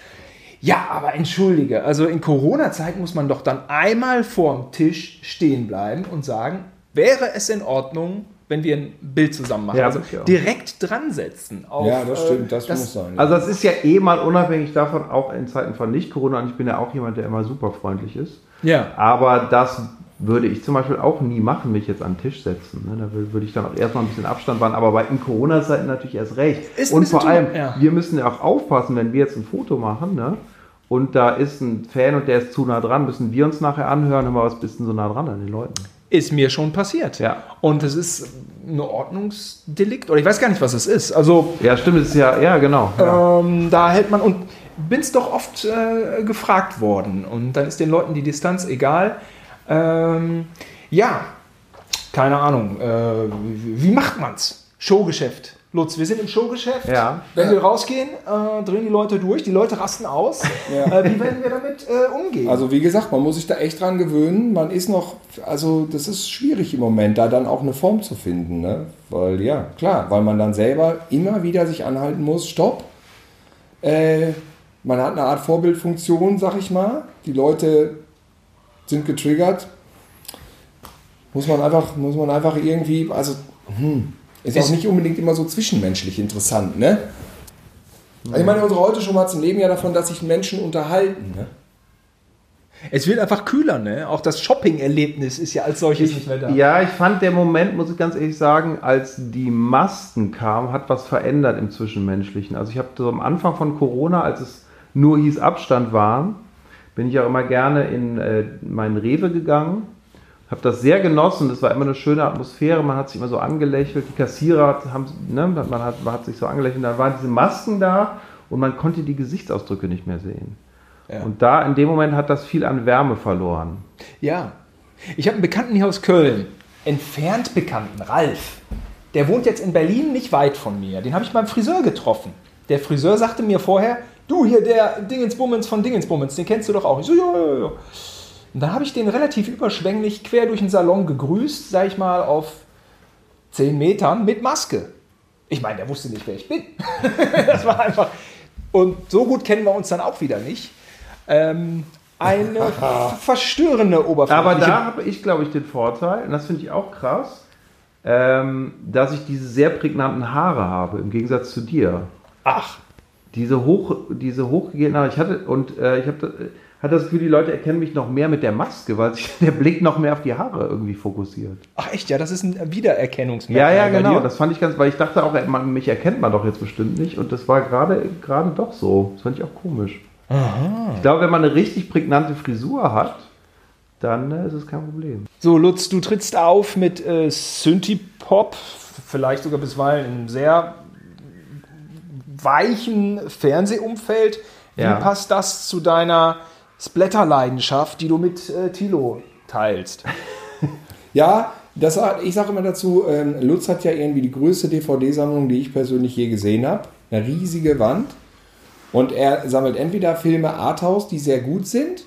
Ja, aber entschuldige, also in Corona-Zeit muss man doch dann einmal vorm Tisch stehen bleiben und sagen, wäre es in Ordnung, wenn wir ein Bild zusammen machen? Ja, also sicher. direkt dran setzen. Auf, ja, das äh, stimmt, das, muss sein. Also das ist ja eh mal unabhängig davon, auch in Zeiten von Nicht-Corona, und ich bin ja auch jemand, der immer super freundlich ist. Ja. Aber das würde ich zum Beispiel auch nie machen, mich jetzt an den Tisch setzen. Ne? Da wür- würde ich dann auch erstmal ein bisschen Abstand wahren, aber bei in Corona-Zeiten natürlich erst recht. Ist ein und bisschen vor allem, too- ja. wir müssen ja auch aufpassen, wenn wir jetzt ein Foto machen, ne? Und da ist ein Fan und der ist zu nah dran, müssen wir uns nachher anhören, aber was bist denn so nah dran an den Leuten? Ist mir schon passiert. Ja. Und es ist ein Ordnungsdelikt oder ich weiß gar nicht, was es ist. Also Ja, stimmt, es ist ja, ja, genau. Ja. Ähm, da hält man und bin's doch oft äh, gefragt worden und dann ist den Leuten die Distanz egal. Ähm, ja, keine Ahnung. Äh, wie, wie macht man's? Showgeschäft. Lutz, wir sind im Showgeschäft. Ja. Wenn Ja. wir rausgehen, äh, drehen die Leute durch, die Leute rasten <laughs> aus. Ja. Äh, wie werden wir damit äh, umgehen? Also wie gesagt, man muss sich da echt dran gewöhnen. Man ist noch, also das ist schwierig im Moment, da dann auch eine Form zu finden. Ne? Weil ja, klar, weil man dann selber immer wieder sich anhalten muss, stopp. Äh, man hat eine Art Vorbildfunktion, sag ich mal. Die Leute sind getriggert. Muss man einfach, muss man einfach irgendwie, also hm, ist auch nicht unbedingt immer so zwischenmenschlich interessant, ne? Also ich meine, unsere heute schon mal zum Leben ja davon, dass sich Menschen unterhalten, ne? es wird einfach kühler, ne? Auch das Shopping-Erlebnis ist ja als solches nicht mehr da. Ja, ich fand der Moment, muss ich ganz ehrlich sagen, als die Masken kamen, hat was verändert im Zwischenmenschlichen. Also ich habe so am Anfang von Corona, als es nur hieß Abstand wahren, bin ich auch immer gerne in äh, meinen Rewe gegangen, habe das sehr genossen. Das war immer eine schöne Atmosphäre. Man hat sich immer so angelächelt. Die Kassierer hat- haben, ne, man hat, man hat sich so angelächelt. Dann waren diese Masken da und man konnte die Gesichtsausdrücke nicht mehr sehen. Ja. Und da in dem Moment hat das viel an Wärme verloren. Ja. Ich habe einen Bekannten hier aus Köln, entfernt Bekannten, Ralf. Der wohnt jetzt in Berlin, nicht weit von mir. Den habe ich beim Friseur getroffen. Der Friseur sagte mir vorher, du hier, der Dingensbummens von Dingensbummens, den kennst du doch auch. Ich so, ja, ja, ja. Und dann habe ich den relativ überschwänglich quer durch den Salon gegrüßt, sag ich mal, auf 10 Metern mit Maske. Ich meine, der wusste nicht, wer ich bin. <laughs> das war einfach. Und so gut kennen wir uns dann auch wieder nicht. Ähm, eine <laughs> f- verstörende Oberfläche. Aber da habe ich, glaube ich, den Vorteil, und das finde ich auch krass, ähm, dass ich diese sehr prägnanten Haare habe, im Gegensatz zu dir. Ach, Diese hoch, diese hochgehenden Haare, ich hatte, und äh, ich habe hatte das Gefühl, die Leute erkennen mich noch mehr mit der Maske, weil sich <laughs> der Blick noch mehr auf die Haare irgendwie fokussiert. ach echt, ja, das ist ein Ja, Wiedererkennungsmerkmal. ja, bei genau. dir. Das fand ich ganz, weil ich dachte auch, ey, man, mich erkennt man doch jetzt bestimmt nicht. Und das war gerade gerade doch so. Das fand ich auch komisch. Ich glaube, wenn man eine richtig prägnante Frisur hat, dann äh, ist es kein Problem. So, Lutz, du trittst auf mit äh, Synthie-Pop, vielleicht sogar bisweilen in einem sehr weichen Fernsehumfeld. Wie Ja. passt das zu deiner Splatter-Leidenschaft, die du mit äh, Tilo teilst? Ja, das, hat- ich sage immer dazu, ähm, Lutz hat ja irgendwie die größte DVD-Sammlung, die ich persönlich je gesehen habe. Eine riesige Wand. Und er sammelt entweder Filme Arthouse, die sehr gut sind,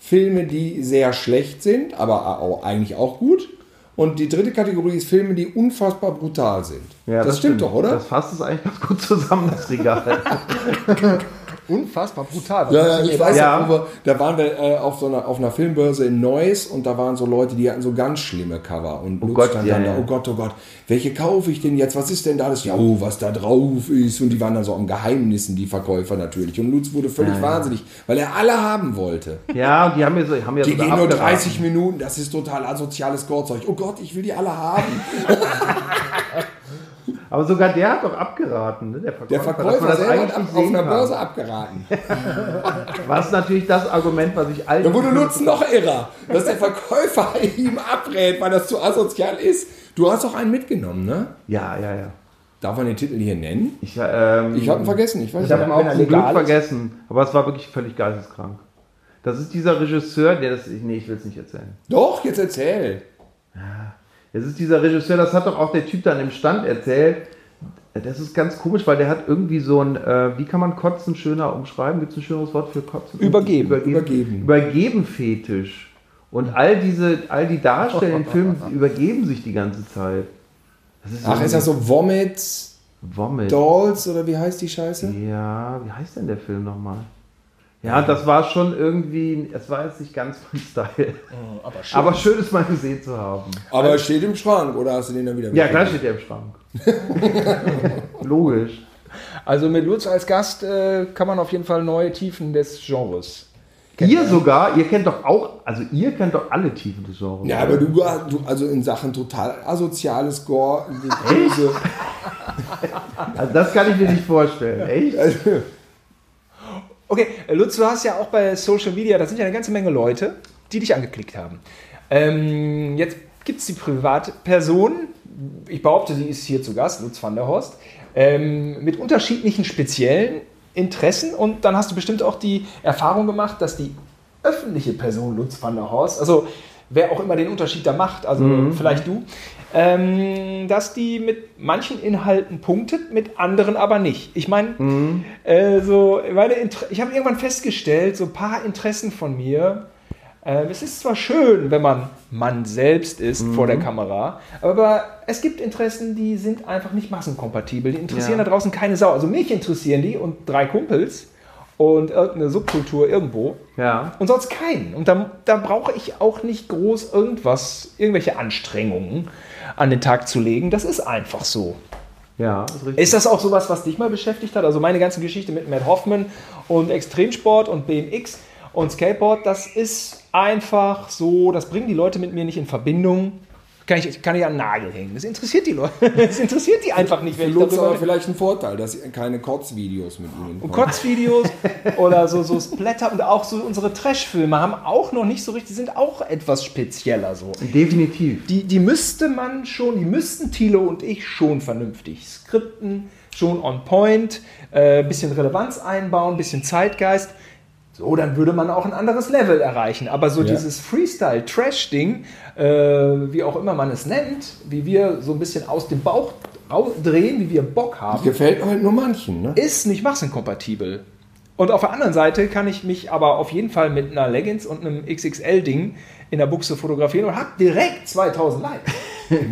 Filme, die sehr schlecht sind, aber au- eigentlich auch gut. Und die dritte Kategorie ist Filme, die unfassbar brutal sind. das, stimmt, doch, oder? Das fasst es eigentlich ganz gut zusammen, das Regal. <laughs> Unfassbar brutal. Was Ja, hast ja, du ich hier weiß Ja. ja. Wo Also wir, da waren wir äh, auf so einer, auf einer Filmbörse in Neuss und da waren so Leute, die hatten so ganz schlimme Cover. Und oh Gott, stand ja, dann ja. da, oh Gott, oh Gott, welche kaufe ich denn jetzt? Was ist denn da alles? Ja, oh, was da drauf ist. Und die waren dann so am Geheimnissen, die Verkäufer natürlich. Und Lutz wurde völlig wahnsinnig, weil er alle haben wollte. ja, und die haben mir so, haben ja Die so da gehen nur abgeraten. 30 Minuten, das ist total asoziales Gorzeug. Oh Gott, ich will die <laughs> alle haben. Aber sogar der hat doch abgeraten, ne? der Verkäufer. Der dass man Verkäufer das selber eigentlich hat ab- nicht auf sehen einer kann. Börse abgeraten. Was natürlich das Argument, was ich allen. Da wurde Lutz noch irrer, dass der Verkäufer <laughs> ihm abrät, weil das zu asozial ist. Du hast auch einen mitgenommen, ne? Ja, ja, ja. Darf man den Titel hier nennen? Ich, ähm, Ich habe ihn vergessen, ich weiß Ich hab ihn nicht. auch Zum legal Glück ist. vergessen. Aber es war wirklich völlig geisteskrank. Das ist dieser Regisseur, der das. Ich, nee, ich will es nicht erzählen. Doch, jetzt erzähl. Es ist dieser Regisseur, das hat doch auch der Typ da an dem Stand erzählt. Das ist ganz komisch, weil der hat irgendwie so ein, äh, wie kann man kotzen schöner umschreiben? Gibt es ein schöneres Wort für kotzen? Übergeben. Übergeben. Übergeben, Übergeben. Fetisch. Und all diese, all die Darsteller in <laughs> Filmen übergeben sich die ganze Zeit. Das ist Ach, ist das so Vomit Vomit. Mhm. Dolls oder wie heißt die Scheiße? Ja, wie heißt denn der Film nochmal? Ja, das war schon irgendwie, es war jetzt nicht ganz mein <laughs> Style. Aber schön. Aber schön es mal gesehen zu haben. Aber er steht im Schrank oder hast du den dann wieder Ja, weggegeben? klar steht der im <laughs> Schrank. Logisch. Also mit Lutz als Gast äh, kann man auf jeden Fall neue Tiefen des Genres. ihr sogar, ihr kennt doch auch, also ihr kennt doch alle Tiefen des Genres. Ja, aber du, du also in Sachen total asoziales Gore, Grüße. Also das kann ich mir nicht vorstellen. Echt? Also, Okay, äh, Lutz, du hast ja auch bei Social Media, da sind ja eine ganze Menge Leute, die dich angeklickt haben. Ähm, jetzt gibt es die Privatperson, ich behaupte, sie ist hier zu Gast, Lutz van der Horst, ähm, mit unterschiedlichen speziellen Interessen und dann hast du bestimmt auch die Erfahrung gemacht, dass die öffentliche Person Lutz van der Horst, also wer auch immer den Unterschied da macht, also vielleicht du, ähm, dass die mit manchen Inhalten punktet, mit anderen aber nicht. Ich meine, äh, so meine Inter- ich habe irgendwann festgestellt, so ein paar Interessen von mir. Äh, es ist zwar schön, wenn man Mann selbst ist vor Mhm. der Kamera, aber es gibt Interessen, die sind einfach nicht massenkompatibel. Die interessieren Ja. da draußen keine Sau. Also mich interessieren die und drei Kumpels und irgendeine Subkultur irgendwo Ja. und sonst keinen. Und da, da brauche ich auch nicht groß irgendwas, irgendwelche Anstrengungen an den Tag zu legen. Das ist einfach so. Ja, ist richtig. Ist das auch sowas, was dich mal beschäftigt hat? Also meine ganze Geschichte mit Matt Hoffman und Extremsport und BMX und Skateboard, das ist einfach so, das bringen die Leute mit mir nicht in Verbindung. Kann ich, kann ich an den Nagel hängen. Das interessiert die Leute. <laughs> Das interessiert die einfach nicht, wenn ich Lutz darüber aber vielleicht ein Vorteil, dass ihr keine Kotzvideos mit ihnen und Kotzvideos oder so, so Splatter und auch so unsere Trashfilme haben auch noch nicht so richtig, sind auch etwas spezieller so. Definitiv. Die, die müsste man schon, die müssten Thilo und ich schon vernünftig skripten, schon on point, äh, bisschen Relevanz einbauen, bisschen Zeitgeist. So, dann würde man auch ein anderes Level erreichen. Aber so Ja. dieses Freestyle-Trash-Ding, äh, wie auch immer man es nennt, wie wir so ein bisschen aus dem Bauch drehen, wie wir Bock haben Gefällt halt nur manchen, ne? ist nicht massenkompatibel. Und auf der anderen Seite kann ich mich aber auf jeden Fall mit einer Leggings und einem XXL-Ding in der Buchse fotografieren und hab direkt 2000 Likes.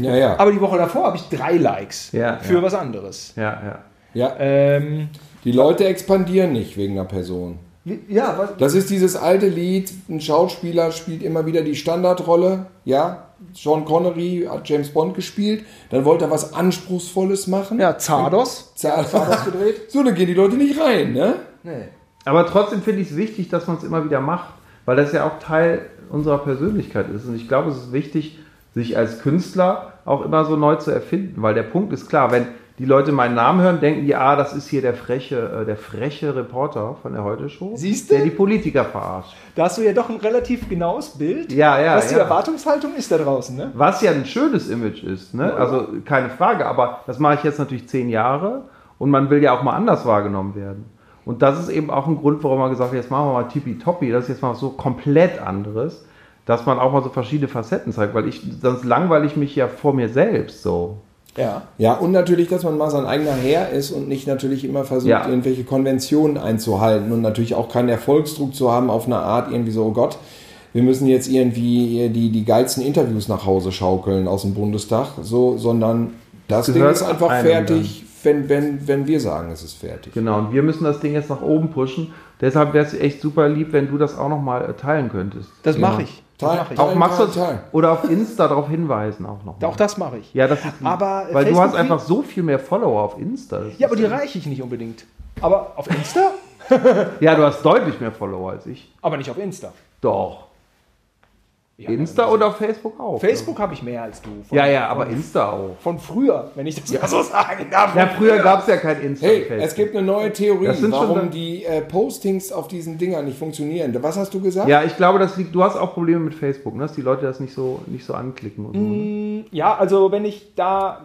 Ja, ja. Aber die Woche davor habe ich drei Likes Ja, für ja. was anderes. Ja, ja. ja. Ähm, Die Leute expandieren nicht wegen einer Person. wie- ja, was, Das ist dieses alte Lied, ein Schauspieler spielt immer wieder die Standardrolle, ja? Sean Connery hat James Bond gespielt, dann wollte er was Anspruchsvolles machen. ja, Zardos. Zardos gedreht. So, dann gehen die Leute nicht rein, ne? Nee. Aber trotzdem finde ich es wichtig, dass man es immer wieder macht, weil das ja auch Teil unserer Persönlichkeit ist. Und ich glaube, es ist wichtig, sich als Künstler auch immer so neu zu erfinden, weil der Punkt ist klar, wenn die Leute meinen Namen hören, denken die, ah, das ist hier der freche, äh, der freche Reporter von der Heute-Show, Siehste? der die Politiker verarscht. Da hast du ja doch ein relativ genaues Bild, Ja, ja, was die ja. Erwartungshaltung ist da draußen. Ne? Was ja ein schönes Image ist, ne? also keine Frage, aber das mache ich jetzt natürlich zehn Jahre und man will ja auch mal anders wahrgenommen werden. Und das ist eben auch ein Grund, warum man gesagt hat, jetzt machen wir mal tippitoppi, das ist jetzt mal so komplett anderes, dass man auch mal so verschiedene Facetten zeigt, weil ich, sonst langweile ich mich ja vor mir selbst so. Ja. Ja, und natürlich, dass man mal sein eigener Herr ist und nicht natürlich immer versucht, Ja. irgendwelche Konventionen einzuhalten und natürlich auch keinen Erfolgsdruck zu haben auf eine Art irgendwie so, oh Gott, wir müssen jetzt irgendwie die, die geilsten Interviews nach Hause schaukeln aus dem Bundestag, so, sondern das Ding Gehört ist einfach einem fertig, wenn, wenn, wenn wir sagen, es ist fertig. Genau, und wir müssen das Ding jetzt nach oben pushen. Deshalb wäre es echt super lieb, wenn du das auch nochmal teilen könntest. Das mache ich. Das Teil- mach ich. Teil- Auch machst du Teil. oder auf Insta darauf hinweisen auch noch. mal. Auch das mache ich. Ja, das ist lieb. Aber Hm. äh, Äh, weil du Facebook- hast einfach so viel mehr Follower auf Insta. Das ja, aber ist die reiche ich nicht unbedingt. Aber auf Insta? Ja, du hast deutlich mehr Follower als ich. aber nicht auf Insta. Doch. Ja, Insta oder auf Facebook auch. Facebook habe ich mehr als du. Von, Ja, ja, aber von, Insta auch. von früher, wenn ich das mal so sagen darf. Ja, früher gab es ja kein Insta. Hey, und Facebook. es gibt eine neue Theorie, Das sind schon warum dann- die äh, Postings auf diesen Dingern nicht funktionieren. Was hast du gesagt? ja, ich glaube, das liegt. Du hast auch Probleme mit Facebook, ne? dass die Leute das nicht so, nicht so anklicken. Und so, Mm, ne? Ja, also wenn ich da,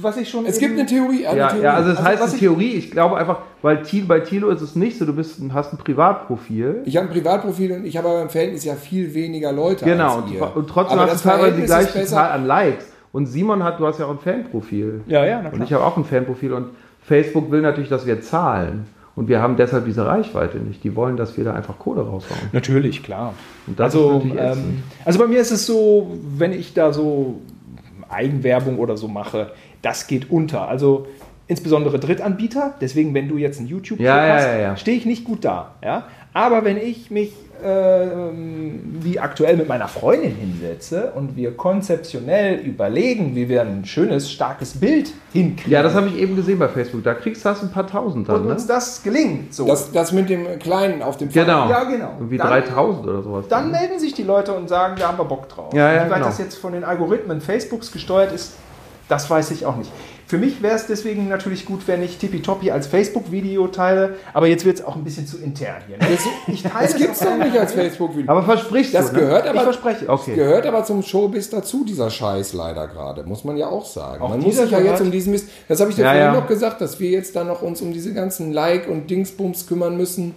was ich schon. Es gibt eine Theorie. Eine ja, Theorie. ja, also es heißt was eine ich- Theorie. Ich glaube einfach, weil Thiel, bei Thilo ist es nicht so. Du bist, ein- hast ein Privatprofil. Ich habe ein Privatprofil und ich habe aber im Verhältnis ja viel weniger Leute genau. als Und, ihr. und trotzdem aber hast das du teilweise die Verhältnis ist gleiche besser. Zahl an Likes. Und Simon hat, du hast ja auch ein Fanprofil. Ja, ja, na Und ich klar. habe auch ein Fanprofil und Facebook will natürlich, dass wir zahlen. Und wir haben deshalb diese Reichweite nicht. Die wollen, dass wir da einfach Kohle raushauen. Natürlich, klar. Und das Also, ist natürlich ätzend. ähm, also bei mir ist es so, wenn ich da so Eigenwerbung oder so mache, das geht unter. Also insbesondere Drittanbieter, deswegen, wenn du jetzt einen youtube Ja, ja, ja, ja. stehe ich nicht gut da. Ja? Aber wenn ich mich ähm, wie aktuell mit meiner Freundin hinsetze und wir konzeptionell überlegen, wie wir ein schönes, starkes Bild hinkriegen Ja, das habe ich eben gesehen bei Facebook. Da kriegst du hast ein paar Tausend dann, und ne? uns das gelingt, so. Das, das mit dem Kleinen auf dem Genau. Ja, genau. Irgendwie Dann- 3000 oder sowas. dann ne? melden sich die Leute und sagen, da haben wir Bock drauf. Ja, ja, Wie weit genau. das jetzt von den Algorithmen Facebooks gesteuert ist, das weiß ich auch nicht. Für mich wäre es deswegen natürlich gut, wenn ich Tippitoppi als Facebook-Video teile, aber jetzt wird es auch ein bisschen zu intern hier. Ne? Ich teile Das gibt's auf doch einer- nicht als Facebook-Video. Aber versprichst Das du, ne? gehört Ich aber, verspreche. <laughs> Okay. gehört aber zum Showbiz dazu, dieser Scheiß leider gerade, muss man ja auch sagen. Auch man muss dieser sich ja gehört- jetzt um diesen Mist, das habe ich dir Ja, vorhin ja. noch gesagt, dass wir jetzt dann noch uns um diese ganzen Like- und Dingsbums kümmern müssen.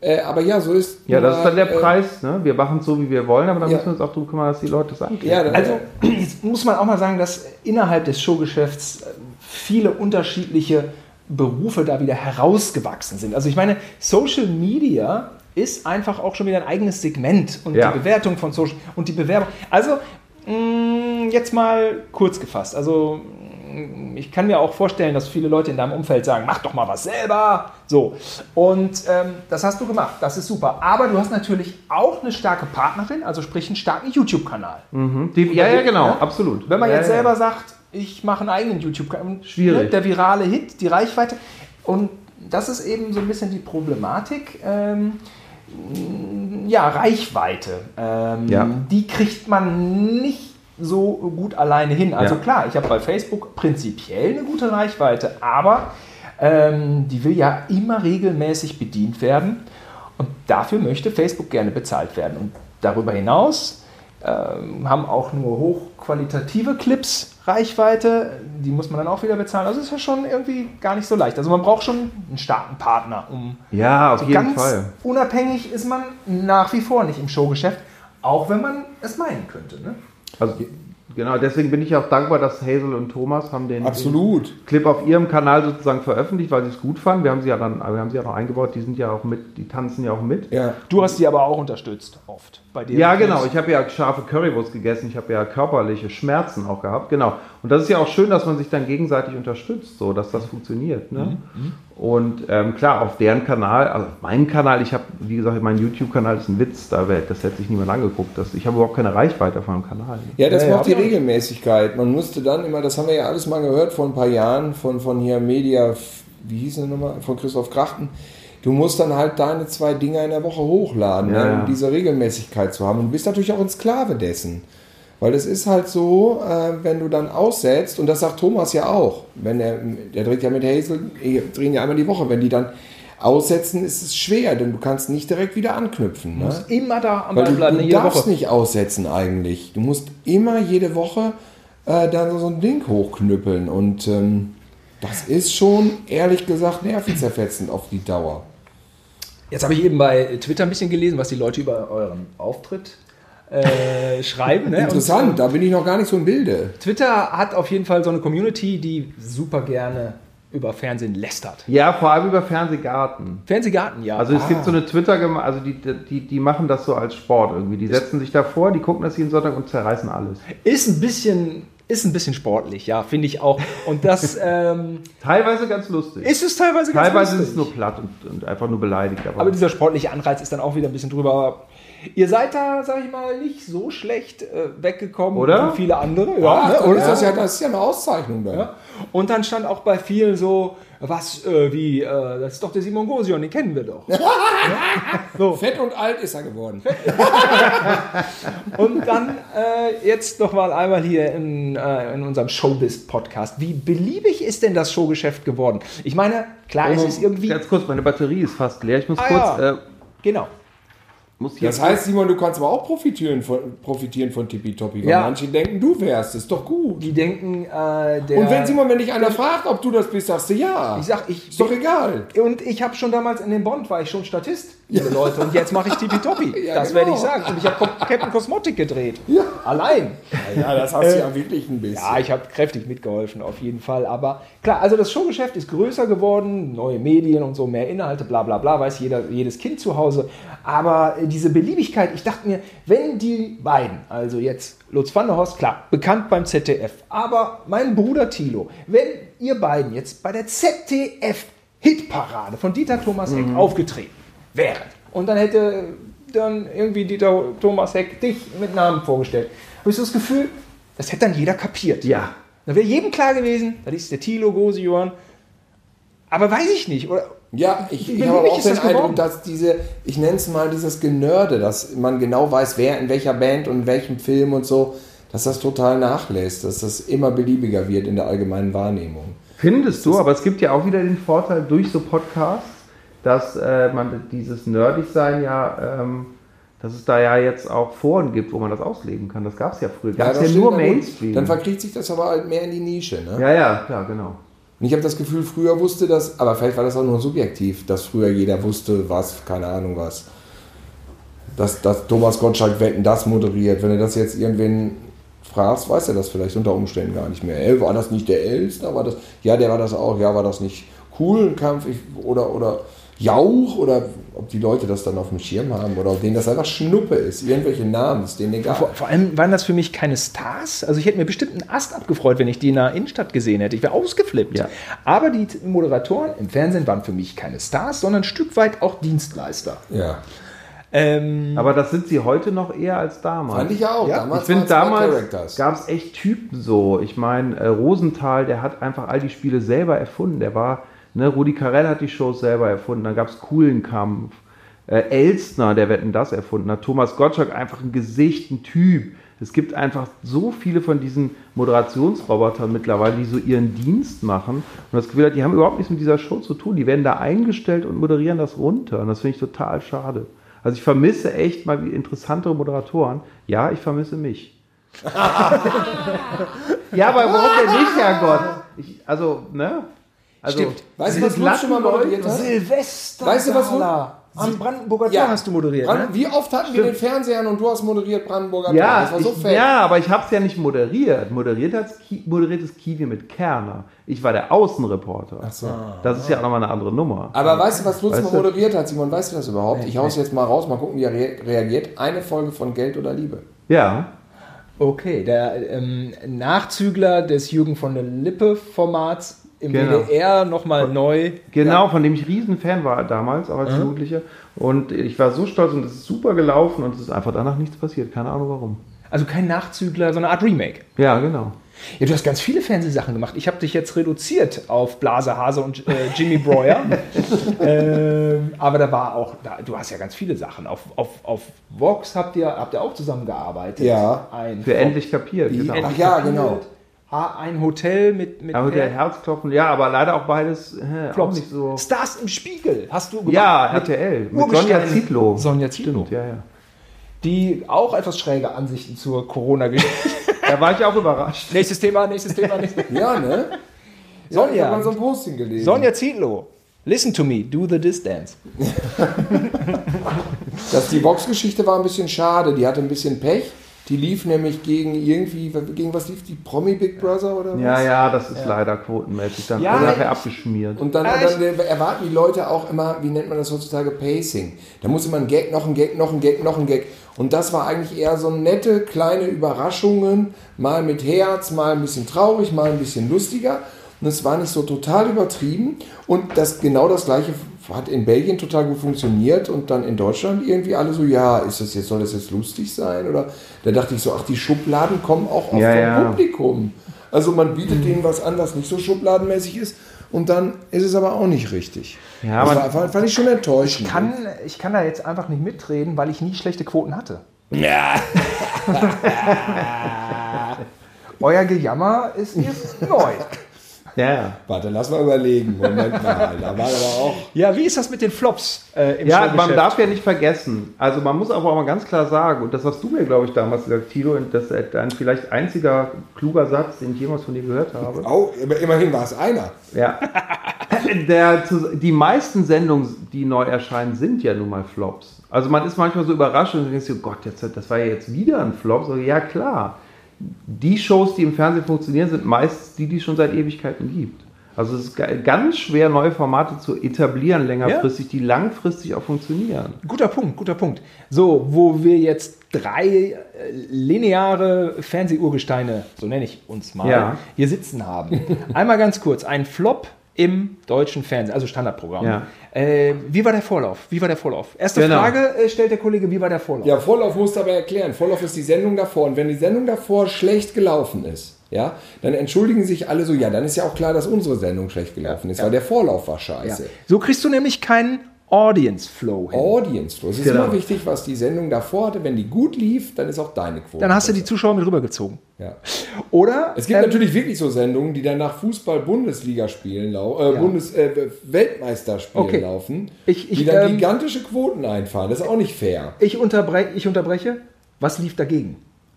Äh, aber ja, so ist. Ja, das ist dann der äh, Preis, ne? Wir machen es so, wie wir wollen, aber dann Ja. müssen wir uns auch drum kümmern, dass die Leute es anklicken. Ja, das- Also jetzt muss man auch mal sagen, dass innerhalb des Showgeschäfts äh, viele unterschiedliche Berufe da wieder herausgewachsen sind. Also ich meine, Social Media ist einfach auch schon wieder ein eigenes Segment und Ja. die Bewertung von Social und die Bewerbung. Also mh, jetzt mal kurz gefasst. Also mh, ich kann mir auch vorstellen, dass viele Leute in deinem Umfeld sagen, mach doch mal was selber. So. Und ähm, das hast du gemacht. Das ist super. Aber du hast natürlich auch eine starke Partnerin, also sprich einen starken YouTube-Kanal. Mhm. Die, ja, ja, genau, Ja? absolut. Wenn man ja, jetzt ja. selber sagt, ich mache einen eigenen YouTube-Kanal, Schwierig. ne, Der virale Hit, die Reichweite. Und das ist eben so ein bisschen die Problematik. Ähm, ja, Reichweite. Ähm, Ja. Die kriegt man nicht so gut alleine hin. Also Ja. klar, ich habe bei Facebook prinzipiell eine gute Reichweite, aber ähm, die will ja immer regelmäßig bedient werden. Und dafür möchte Facebook gerne bezahlt werden. Und darüber hinaus ähm, haben auch nur hochqualitative Clips Reichweite. Die muss man dann auch wieder bezahlen. Also ist ja schon irgendwie gar nicht so leicht. Also man braucht schon einen starken Partner, um Ja, auf so jeden ganz Fall. unabhängig ist man nach wie vor nicht im Showgeschäft, auch wenn man es meinen könnte. Ne? Also, genau, deswegen bin ich auch dankbar, dass Hazel und Thomas haben den, Absolut. den Clip auf ihrem Kanal sozusagen veröffentlicht, weil sie es gut fanden. Wir haben sie ja dann, wir haben sie ja noch eingebaut, die sind ja auch mit, die tanzen ja auch mit. Ja. Du hast die aber auch unterstützt, oft. Bei dir Ja, genau. Ich habe ja scharfe Currywurst gegessen. Ich habe ja körperliche Schmerzen auch gehabt. Genau. Und das ist ja auch schön, dass man sich dann gegenseitig unterstützt, so dass das funktioniert. Ne? Und ähm, klar, auf deren Kanal, also auf meinem Kanal, ich habe, wie gesagt, mein YouTube-Kanal ist ein Witz der Welt. Das hätte sich niemand angeguckt. Das, ich habe überhaupt keine Reichweite auf meinem Kanal. Ne? Ja, das Ja, war ja. auch die Regelmäßigkeit. Man musste dann immer, das haben wir ja alles mal gehört vor ein paar Jahren von, von hier Media, wie hieß er nochmal, von Christoph Krachten. Du musst dann halt deine zwei Dinger in der Woche hochladen, Ja, ne, ja. um diese Regelmäßigkeit zu haben. Und du bist natürlich auch ein Sklave dessen. Weil das ist halt so, äh, wenn du dann aussetzt, und das sagt Thomas ja auch, wenn er, der dreht ja mit Hazel, eh, drehen ja einmal die Woche, wenn die dann aussetzen, ist es schwer, denn du kannst nicht direkt wieder anknüpfen. Ne? musst immer da am Weil Ball du, bleiben, du jede darfst Woche. nicht aussetzen eigentlich. Du musst immer jede Woche äh, dann so- so ein Ding hochknüppeln. Und ähm, das ist schon, ehrlich gesagt, nervenzerfetzend auf die Dauer. Jetzt habe ich eben bei Twitter ein bisschen gelesen, was die Leute über euren Auftritt <laughs> äh, schreiben. Ne? Interessant, da bin ich noch gar nicht so im Bilde. Und Twitter hat auf jeden Fall so eine Community, die super gerne über Fernsehen lästert. Ja, vor allem über Fernsehgarten. Fernsehgarten, ja. Also es Ah. gibt so eine Twitter, also die, die, die machen das so als Sport irgendwie. Die setzen sich davor, die gucken das jeden Sonntag und zerreißen alles. ist ein bisschen, ist ein bisschen sportlich, ja, finde ich auch. Und <laughs> das ähm, Teilweise ganz lustig. ist es teilweise ganz Teilweise ist lustig. es nur platt und, und einfach nur beleidigt. Aber dieser sportliche Anreiz ist dann auch wieder ein bisschen drüber. Aber ihr seid da, sag ich mal, nicht so schlecht äh, weggekommen Oder? wie viele andere. Ach, ne? dann Oder? ist das, ja, das ist ja eine Auszeichnung dann. Ja. Und dann stand auch bei vielen so, was, äh, wie, äh, das ist doch der Simon Gosion, den kennen wir doch. Fett und alt ist er geworden. Und dann äh, jetzt noch mal einmal hier in, äh, in unserem Showbiz-Podcast. Wie beliebig ist denn das Showgeschäft geworden? Ich meine, klar, Also, es ist irgendwie... Ganz kurz, meine Batterie ist fast leer. Ich muss Ah, kurz. ja. Äh, Genau. muss hier Das heißt, Simon, du kannst aber auch profitieren von, profitieren von Tippitoppi, weil Ja. manche denken, du wärst, ist doch gut. Die denken, äh, der... Und wenn Simon, wenn dich einer fragt, ob du das bist, sagst du ja. Ich sag, ich ist doch egal. Und ich habe schon damals in den Bond, war ich schon Statist, liebe Leute. Und jetzt mache ich Tippitoppi. <laughs> Ja, das genau. werde ich sagen. Und ich habe Captain Cosmotic gedreht. Ja. Allein. Ja, das hast du ja wirklich ein bisschen. Ja, ich habe kräftig mitgeholfen, auf jeden Fall. Aber klar, also das Showgeschäft ist größer geworden, neue Medien und so, mehr Inhalte, bla bla bla, weiß jeder, jedes Kind zu Hause. Aber äh, diese Beliebigkeit, ich dachte mir, wenn die beiden, also jetzt Lutz van der Horst, klar, bekannt beim ZDF, aber mein Bruder Thilo, wenn ihr beiden jetzt bei der ZDF-Hitparade von Dieter Thomas Eck aufgetreten wäret und dann hätte dann irgendwie Dieter Thomas Heck dich mit Namen vorgestellt. Habe ich so das Gefühl, das hätte dann jeder kapiert. Ja. Da wäre jedem klar gewesen, das ist der Thilo Gosejohann. Aber weiß ich nicht. Oder Ja, ich, ich Für habe mich auch ist den das geworden. Eindruck, dass diese, ich nenne es mal dieses Genörde, dass man genau weiß, wer in welcher Band und in welchem Film und so, dass das total nachlässt, dass das immer beliebiger wird in der allgemeinen Wahrnehmung. Findest du, aber es gibt ja auch wieder den Vorteil durch so Podcasts, dass äh, man dieses Nerdig-Sein ja, ähm, dass es da ja jetzt auch Foren gibt, wo man das ausleben kann. Das gab es ja früher. Gab es ja, das stimmt, nur na gut. Mainstream. Dann verkriecht sich das aber halt mehr in die Nische. Ne? ja, ja, klar, genau. Und ich habe das Gefühl, früher wusste das, aber vielleicht war das auch nur subjektiv, dass früher jeder wusste, was, keine Ahnung was. Dass, dass Thomas Gottschalk Wetten das moderiert. Wenn du das jetzt irgendwen fragst, weiß er das vielleicht unter Umständen gar nicht mehr. Ey, war das nicht der Elster? War das, ja, der war das auch. Ja, war das nicht cool? Kampf ich, oder, oder Jauch? Oder ob die Leute das dann auf dem Schirm haben oder ob denen das einfach Schnuppe ist. Irgendwelche Namen, ist denen egal. vor, vor allem waren das für mich keine Stars. Also ich hätte mir bestimmt einen Ast abgefreut, wenn ich die in der Innenstadt gesehen hätte. Ich wäre ausgeflippt. Ja. Aber die Moderatoren im Fernsehen waren für mich keine Stars, sondern ein Stück weit auch Dienstleister. Ja, Ähm, Aber das sind sie heute noch eher als damals. fand ich ja auch. Ja, damals Ich finde, waren es mehr damals Characters. gab es echt Typen so. Ich meine, äh, Rosenthal, der hat einfach all die Spiele selber erfunden. Der war, ne, Rudi Carell hat die Shows selber erfunden. Dann gab es Kuhlenkampf. Äh, Elstner, der Wetten das erfunden hat. Thomas Gottschalk, einfach ein Gesicht, ein Typ. Es gibt einfach so viele von diesen Moderationsrobotern mittlerweile, die so ihren Dienst machen. Und das Gefühl hat, die haben überhaupt nichts mit dieser Show zu tun. Die werden da eingestellt und moderieren das runter. Und das finde ich total schade. Also ich vermisse echt mal interessantere Moderatoren. Ja, ich vermisse mich. ja, aber warum denn nicht, Herrgott? Ich, also, ne? Also, Stimmt. Weißt du, dieses was Lutz schon mal Lattenleuchten- moderiert hat? Silvester. Weißt du, was wohl- Am Brandenburger Tor hast du moderiert. Brand- Ne? Wie oft hatten wir den Fernseher an und du hast moderiert Brandenburger Tor? Ja, Das war so ich, fett. ja, aber ich habe es ja nicht moderiert. Moderiert hat moderiertes Kiwi mit Kerner. Ich war der Außenreporter. Das ist ja auch nochmal eine andere Nummer. Ah. Aber weißt du, was Lutz Weißt mal du- moderiert hat, Simon? Weißt du das überhaupt? Ich hau's jetzt mal raus, mal gucken, wie er re reagiert. Eine Folge von Geld oder Liebe. ja, Okay, der ähm, Nachzügler des Jürgen von der Lippe-Formats im Genau. WDR nochmal neu. genau, von dem ich Riesenfan war damals, auch als Mhm. Jugendlicher. Und ich war so stolz und es ist super gelaufen und es ist einfach danach nichts passiert. Keine Ahnung warum. Also kein Nachzügler, sondern eine Art Remake. Ja, genau. Ja, du hast ganz viele Fernsehsachen gemacht. Ich habe dich jetzt reduziert auf Blasehase und äh, Jimmy Breuer. <laughs> ähm, aber da war auch, da, du hast ja ganz viele Sachen. Auf, auf, auf Vox habt ihr, habt ihr auch zusammengearbeitet. Ja. Ein Für endlich kapiert. Die Genau. endlich Ach ja, kapiert. genau. Ha- Ein Hotel mit, mit Aber der Per- Herzklopfen, ja, aber leider auch beides äh, auch Flops. nicht so. Stars im Spiegel hast du gemacht. Ja, Mit RTL. Mit Urgesteinen. Sonja Zietlow. Sonja Zietlow. Ja, ja. Die auch etwas schräge Ansichten zur <laughs> Corona-Geschichte. Da war ich auch überrascht. nächstes Thema, nächstes Thema, nächstes Thema. Ja, ne? Ich hab Sonja. mal so ein Posting gelesen. Sonja Zietlow. Listen to me, do the distance. Das, die Boxgeschichte war ein bisschen schade. Die hatte ein bisschen Pech. Die lief nämlich gegen irgendwie, gegen was lief die? Promi Big Brother oder was? Ja, ja, das ist leider quotenmäßig dann Ja, nachher ich- abgeschmiert. Und dann, Ah, und dann erwarten die Leute auch immer, wie nennt man das heutzutage, Pacing. Da muss immer ein Gag, noch ein Gag, noch ein Gag, noch ein Gag. Und das war eigentlich eher so nette kleine Überraschungen, mal mit Herz, mal ein bisschen traurig, mal ein bisschen lustiger. Und es war nicht so total übertrieben. Und das genau das gleiche hat in Belgien total gut funktioniert und dann in Deutschland irgendwie alle so, ja, ist das jetzt, soll das jetzt lustig sein? Oder da dachte ich so, ach, die Schubladen kommen auch oft Ja, vom ja. Publikum. Also man bietet Mhm. denen was an, was nicht so schubladenmäßig ist und dann ist es aber auch nicht richtig. Ja, das aber- war, fand, fand ich schon enttäuschend. kann, ich kann da jetzt einfach nicht mitreden, weil ich nie schlechte Quoten hatte. <laughs> Euer Gejammer ist jetzt neu. Ja, ja. Warte, lass mal überlegen. Moment mal, da war aber auch... <laughs> Ja, wie ist das mit den Flops äh, im ja man Showgeschäft? darf ja nicht vergessen. Also man muss aber auch mal ganz klar sagen, und das hast du mir, glaube ich, damals gesagt, Tilo, und das ist ein vielleicht einziger kluger Satz, den ich jemals von dir gehört habe. Oh, aber immerhin war es einer. Ja. <laughs> Der, zu- die meisten Sendungen, die neu erscheinen, sind ja nun mal Flops. Also man ist manchmal so überrascht und denkt so, Gott, jetzt, das war ja jetzt wieder ein Flop. So, ja klar, die Shows, die im Fernsehen funktionieren, sind meistens die, die es schon seit Ewigkeiten gibt. Also es ist ga- ganz schwer, neue Formate zu etablieren längerfristig, die langfristig auch funktionieren. Guter Punkt, guter Punkt. So, wo wir jetzt drei äh, lineare Fernsehurgesteine, so nenne ich uns mal, Ja. <laughs> hier sitzen haben. Einmal ganz kurz, ein Flop im deutschen Fernsehen, also Standardprogramm. Ja. Äh, wie war der Vorlauf? Wie war der Vorlauf? Erste Genau. Frage äh, stellt der Kollege, wie war der Vorlauf? Ja, Vorlauf musst du aber erklären. Vorlauf ist die Sendung davor. Und wenn die Sendung davor schlecht gelaufen ist, ja, dann entschuldigen sich alle so, ja, dann ist ja auch klar, dass unsere Sendung schlecht gelaufen ist, weil der Vorlauf war Ja. Oh. scheiße. So kriegst du nämlich keinen Audience Flow hin. Audience Flow. Es ist Genau. immer wichtig, was die Sendung davor hatte. Wenn die gut lief, dann ist auch deine Quote. Dann hast du die Zuschauer mit rübergezogen. Ja. Oder? Es gibt ähm, natürlich wirklich so Sendungen, die dann nach Fußball-Bundesliga spielen, lau äh, Ja. Bundes äh, Weltmeister spielen Okay. laufen, Ich- ich, die dann ähm, gigantische Quoten einfahren. Das ist auch nicht fair. ich, unterbre ich unterbreche. Was lief dagegen?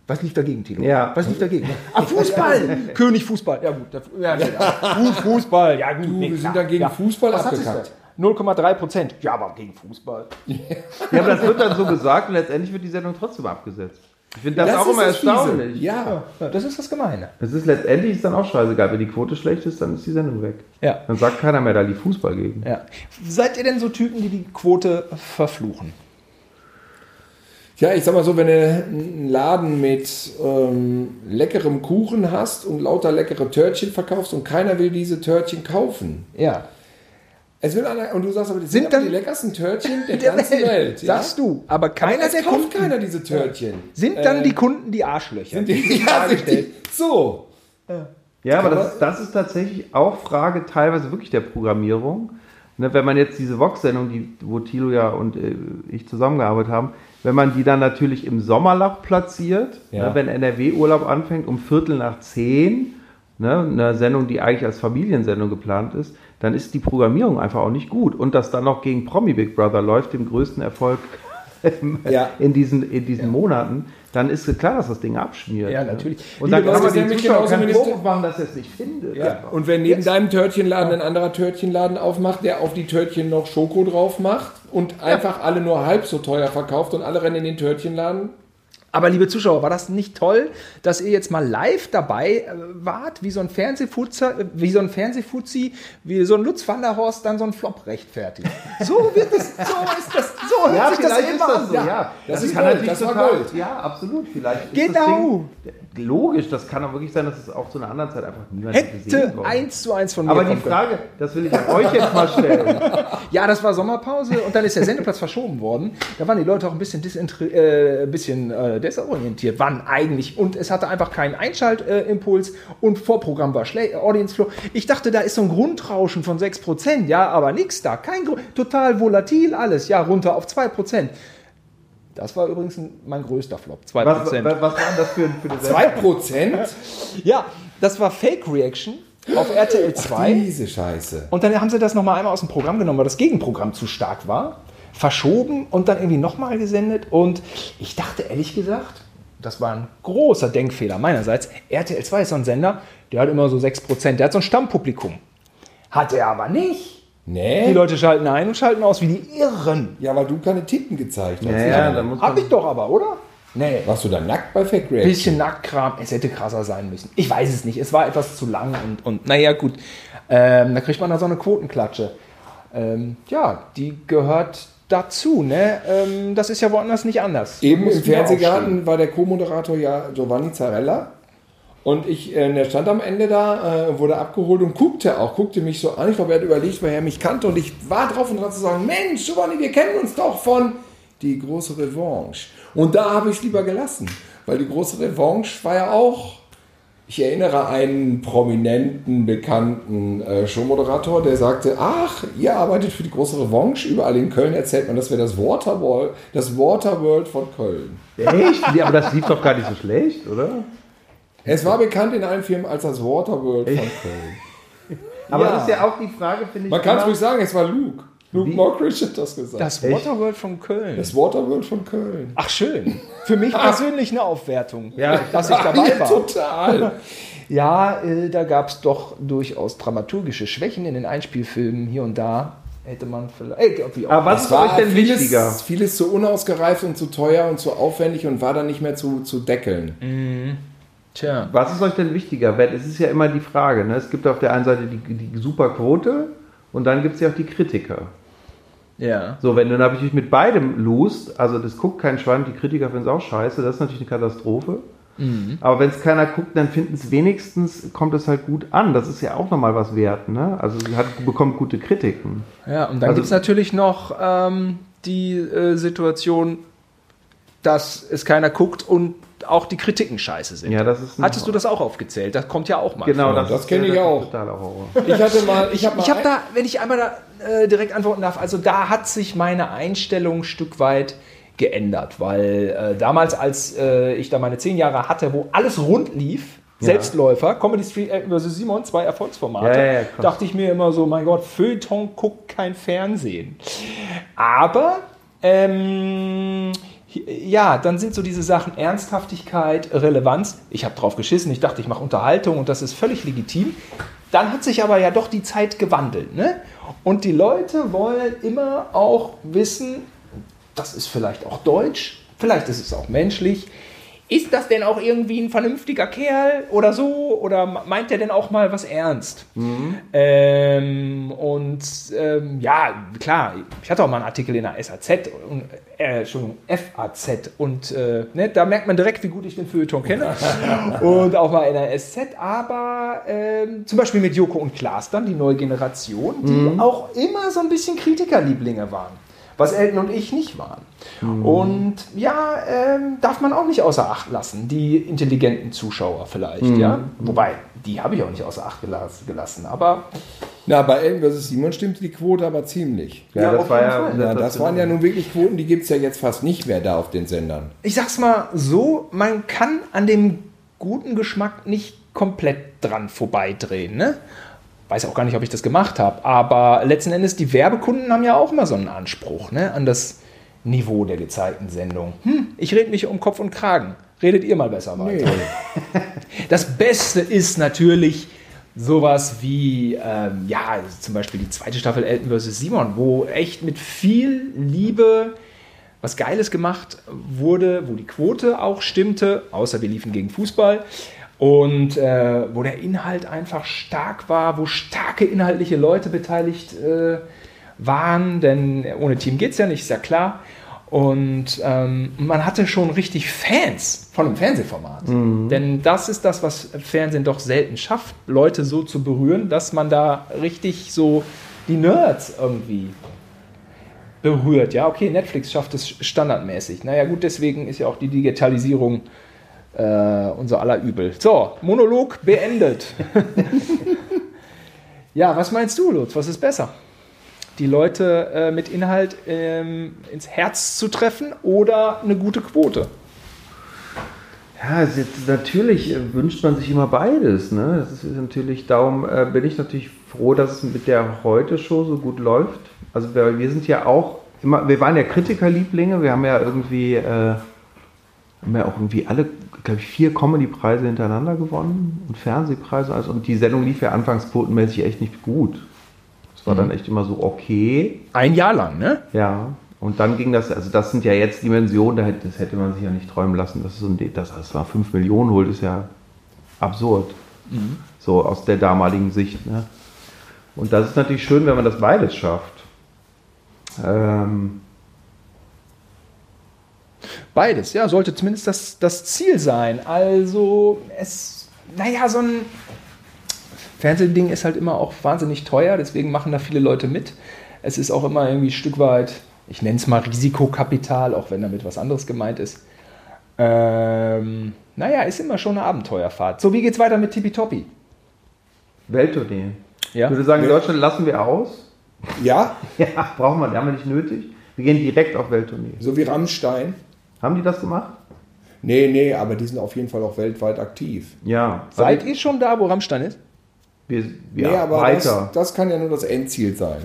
Was lief dagegen, Tilo? Ja. Was lief dagegen? <laughs> Ah, <laughs> Fußball! König Fußball. Ja, gut. Das, <laughs> ja, gut, Fußball. Ja, gut. Du, wir sind klar. dann gegen Fußball Was hat sich abgekackt. denn? 0,3 Prozent. Ja, aber gegen Fußball. Ja, aber das wird dann so gesagt und letztendlich wird die Sendung trotzdem abgesetzt. Ich finde das, Das auch ist immer das Fiese. erstaunlich. Ja. Das ist das Gemeine. Es ist letztendlich ist dann auch scheißegal. Wenn die Quote schlecht ist, dann ist die Sendung weg. Ja. Dann sagt keiner mehr, da lief Fußball gegen. ja. Seid ihr denn so Typen, die die Quote verfluchen? Ja, ich sag mal so, wenn du einen Laden mit ähm, leckerem Kuchen hast und lauter leckere Törtchen verkaufst und keiner will diese Törtchen kaufen. Ja. Es will einer, und du sagst aber, das Sind sind, aber dann- die <laughs> leckersten Törtchen der ganzen Welt. ja? Sagst du. Aber keiner es der kauft Kunden. keiner diese Törtchen. Sind dann Äh, die Kunden die Arschlöcher? <laughs> die, <laughs> ja, sind die, so. Ja, aber das, das ist tatsächlich auch Frage teilweise wirklich der Programmierung. Ne, wenn man jetzt diese Vox-Sendung, die, wo Thilo ja und äh, ich zusammengearbeitet haben, wenn man die dann natürlich im Sommerloch platziert, Ja. ne, wenn NRW-Urlaub anfängt um Viertel nach zehn, ne, eine Sendung, die eigentlich als Familiensendung geplant ist, dann ist die Programmierung einfach auch nicht gut. Und das dann noch gegen Promi Big Brother läuft, dem größten Erfolg <laughs> Ja. in diesen, in diesen Monaten, dann ist klar, dass das Ding abschmiert. Ja, ne? natürlich. Und Liebe dann kann Leute, man Sie haben die mich Zuschauer genauso keinen mit dem- Vorwurf machen, dass er es nicht findet. Ja. Einfach. Und wenn neben deinem Törtchenladen ein anderer Törtchenladen aufmacht, der auf die Törtchen noch Schoko drauf macht und einfach alle nur halb so teuer verkauft und alle rennen in den Törtchenladen, Aber liebe Zuschauer, war das nicht toll, dass ihr jetzt mal live dabei äh, wart, wie so ein Fernsehfutzer, äh, wie so ein Fernsehfuzzi, wie so ein Lutz van der Horst dann so einen Flop rechtfertigt. <laughs> So wird es, so ist das, so hört Ja, sich das vielleicht ist immer das an. so, Ja. ja. Das ist Gold, das war Gold. Ja, absolut, vielleicht. Genau. Ist das Ding, logisch, das kann auch wirklich sein, dass es auch zu einer anderen Zeit einfach niemand Hätte wurde. eins zu eins von mir Aber die kommen können. Frage, das will ich an euch jetzt mal stellen. Ja, das war Sommerpause und dann ist der <laughs> Sendeplatz verschoben worden. Da waren die Leute auch ein bisschen, disinter- äh, ein bisschen äh, desorientiert. Wann eigentlich? Und es hatte einfach keinen Einschaltimpuls äh, Impuls und Vorprogramm war schlecht, Audience Flow. Ich dachte, da ist so ein Grundrauschen von 6%, ja, aber nix da. Kein Grund. Total volatil alles, ja, runter auf 2%. Das war übrigens ein- mein größter Flop, 2%. Was, was, was war denn das für, ein- für eine Sendung? 2%? Ja, das war Fake Reaction <laughs> auf RTL 2. Diese Scheiße. Und dann haben sie das nochmal einmal aus dem Programm genommen, weil das Gegenprogramm zu stark war, verschoben und dann irgendwie nochmal gesendet. Und ich dachte ehrlich gesagt, das war ein großer Denkfehler meinerseits. RTL 2 ist so ein Sender, der hat immer so 6%, der hat so ein Stammpublikum. Hat er aber nicht. Die Nee? Leute schalten ein und schalten aus wie die Irren. Ja, weil du keine Titten gezeigt hast. Ja, ja, da muss Hab man, ich doch aber, oder? Nee. Warst du da nackt bei Fact Reaction? Bisschen Nacktkram, es hätte krasser sein müssen. Ich weiß es nicht, es war etwas zu lang und, und naja, gut. Ähm, da kriegt man da so eine Quotenklatsche. Ähm, ja, die gehört dazu, ne? Ähm, das ist ja woanders nicht anders. Eben Muss im wieder Fernsehgarten war der Co-Moderator ja Giovanni Zarella. Und ich, äh, der stand am Ende da, äh, wurde abgeholt und guckte auch, guckte mich so an. Ich glaube, er hat überlegt, weil er mich kannte. Und ich war drauf und dran zu sagen, Mensch, Giovanni, wir kennen uns doch von Die große Revanche. Und da habe ich es lieber gelassen, weil Die große Revanche war ja auch, ich erinnere einen prominenten, bekannten äh, Showmoderator, der sagte, ach, ihr arbeitet für Die große Revanche. Überall in Köln erzählt man, das wäre das Waterworld, das Waterworld von Köln. echt? Ja, aber das lief doch gar nicht so schlecht, oder? Es war bekannt in allen Filmen als das Waterworld von Köln. Aber Ja. das ist ja auch die Frage, finde ich. Man kann es immer- ruhig sagen, es war Luke. Luke Mockridge hat das gesagt. Das, Das Waterworld von Köln. Waterworld von Köln. Ach, schön. Für mich persönlich eine Aufwertung, Ja. dass ich <laughs> dabei Ah. Ja, war. total. Ja, äh, da gab es doch durchaus dramaturgische Schwächen in den Einspielfilmen hier und da. Hätte man vielleicht. Ey, wie auch Aber was Es ist euch war denn vieles, wichtiger? vieles zu unausgereift und zu teuer und zu aufwendig und war dann nicht mehr zu, zu deckeln. Tja. Was ist euch denn wichtiger? Weil es ist ja immer die Frage. Ne? Es gibt auf der einen Seite die, die super Quote und dann gibt es ja auch die Kritiker. Ja. So, wenn du natürlich mit beidem lust, also das guckt kein Schwein, die Kritiker finden es auch scheiße, das ist natürlich eine Katastrophe. Mhm. Aber wenn es keiner guckt, dann finden es wenigstens, kommt es halt gut an. Das ist ja auch nochmal was wert. Ne? Also sie hat, bekommt gute Kritiken. Ja, und dann Also- gibt es natürlich noch ähm, die äh, Situation, dass es keiner guckt und auch die Kritiken scheiße sind. Ja, das ist ein- Hattest du das auch aufgezählt? Das kommt ja auch mal. vor. Genau, das ist kenne ja ich der auch. totale Horror. Ich hatte mal, ich habe mal Ich habe da, wenn ich einmal da, äh, direkt antworten darf, also da hat sich meine Einstellung ein Stück weit geändert, weil äh, damals, als äh, ich da meine zehn Jahre hatte, wo alles rund lief, Selbstläufer, Comedy Street Elton vs. Simon, zwei Erfolgsformate, Ja, ja, ja, krass. dachte ich mir immer so, mein Gott, Feuilleton guckt kein Fernsehen. Aber ähm, ja, dann sind so diese Sachen Ernsthaftigkeit, Relevanz. Ich habe drauf geschissen, ich dachte, ich mache Unterhaltung und das ist völlig legitim. Dann hat sich aber ja doch die Zeit gewandelt. Ne? Und die Leute wollen immer auch wissen, das ist vielleicht auch deutsch, vielleicht ist es auch menschlich. Ist das denn auch irgendwie ein vernünftiger Kerl oder so? Oder meint der denn auch mal was ernst? Ähm, und ähm, ja, klar, ich hatte auch mal einen Artikel in der SAZ, und, äh, Entschuldigung, FAZ und äh, ne, da merkt man direkt, wie gut ich den Feuilleton kenne und auch mal in der SZ, aber ähm, zum Beispiel mit Joko und Klaas dann, die neue Generation, die auch immer so ein bisschen Kritikerlieblinge waren, was Elton und ich nicht waren. Und ja, ähm, darf man auch nicht außer Acht lassen, die intelligenten Zuschauer vielleicht, ja, wobei, die habe ich auch nicht außer Acht gelas- gelassen, aber Na, bei Elton vs. Simon stimmt die Quote aber ziemlich. Ja, Ja, auf das war jeden ja, Fall. Ja, das waren ja nun wirklich Quoten, die gibt es ja jetzt fast nicht mehr da auf den Sendern. ich sag's mal so, man kann an dem guten Geschmack nicht komplett dran vorbeidrehen, ne? Weiß auch gar nicht, ob ich das gemacht habe, aber letzten Endes, die Werbekunden haben ja auch immer so einen Anspruch, ne? An das Niveau der gezeigten Sendung. Hm, ich rede mich um Kopf und Kragen. Redet ihr mal besser weiter. <laughs> Das Beste ist natürlich sowas wie, ähm, ja, zum Beispiel die zweite Staffel Elton vs. Simon, wo echt mit viel Liebe was Geiles gemacht wurde, wo die Quote auch stimmte, außer wir liefen gegen Fußball. Und äh, wo der Inhalt einfach stark war, wo starke inhaltliche Leute beteiligt äh, waren, denn ohne Team geht's ja nicht, ist ja klar. Und ähm, man hatte schon richtig Fans von einem Fernsehformat. Denn das ist das, was Fernsehen doch selten schafft, Leute so zu berühren, dass man da richtig so die Nerds irgendwie berührt. Ja, okay, Netflix schafft es standardmäßig. Naja, gut, deswegen ist ja auch die Digitalisierung äh, unser aller Übel. So, Monolog beendet. <laughs> ja, was meinst du, Lutz? Was ist besser? Die Leute äh, mit Inhalt ähm, ins Herz zu treffen oder eine gute Quote? Ja, es ist, natürlich äh, wünscht man sich immer beides. Ne? Das ist natürlich, darum äh, bin ich natürlich froh, dass es mit der Heute-Show so gut läuft. Also wir, wir sind ja auch immer, wir waren ja Kritikerlieblinge, wir haben ja irgendwie, äh, haben ja auch irgendwie alle, glaube ich, vier Comedy-Preise hintereinander gewonnen und Fernsehpreise. Also, und die Sendung lief ja anfangs quotenmäßig echt nicht gut. Es war dann echt immer so okay. Ein Jahr lang, ne? Ja, und dann ging das, also das sind ja jetzt Dimensionen, da hätte- das hätte man sich ja nicht träumen lassen, dass es um die, dass das mal 5 Millionen holt, ist ja absurd. Mhm. So aus der damaligen Sicht. Ne? Und das ist natürlich schön, wenn man das beides schafft. Ähm, Beides, ja, sollte zumindest das, das Ziel sein. Also, es, naja, so ein Fernsehding ist halt immer auch wahnsinnig teuer, deswegen machen da viele Leute mit. Es ist auch immer irgendwie ein Stück weit, ich nenne es mal Risikokapital, auch wenn damit was anderes gemeint ist. Ähm, naja, ist immer schon eine Abenteuerfahrt. So, wie geht's weiter mit Tippitoppi? Welttournee. Ja. Ich würde sagen, Deutschland lassen wir aus. <laughs> Ja, Ja, brauchen wir, die haben wir nicht nötig. Wir gehen direkt auf Welttournee. so wie Rammstein. Haben die das gemacht? Nee, nee, aber die sind auf jeden Fall auch weltweit aktiv. Ja. Seid Also, ihr schon da, wo Rammstein ist? wir, ja, nee, aber weiter. Das, das kann ja nur das Endziel sein.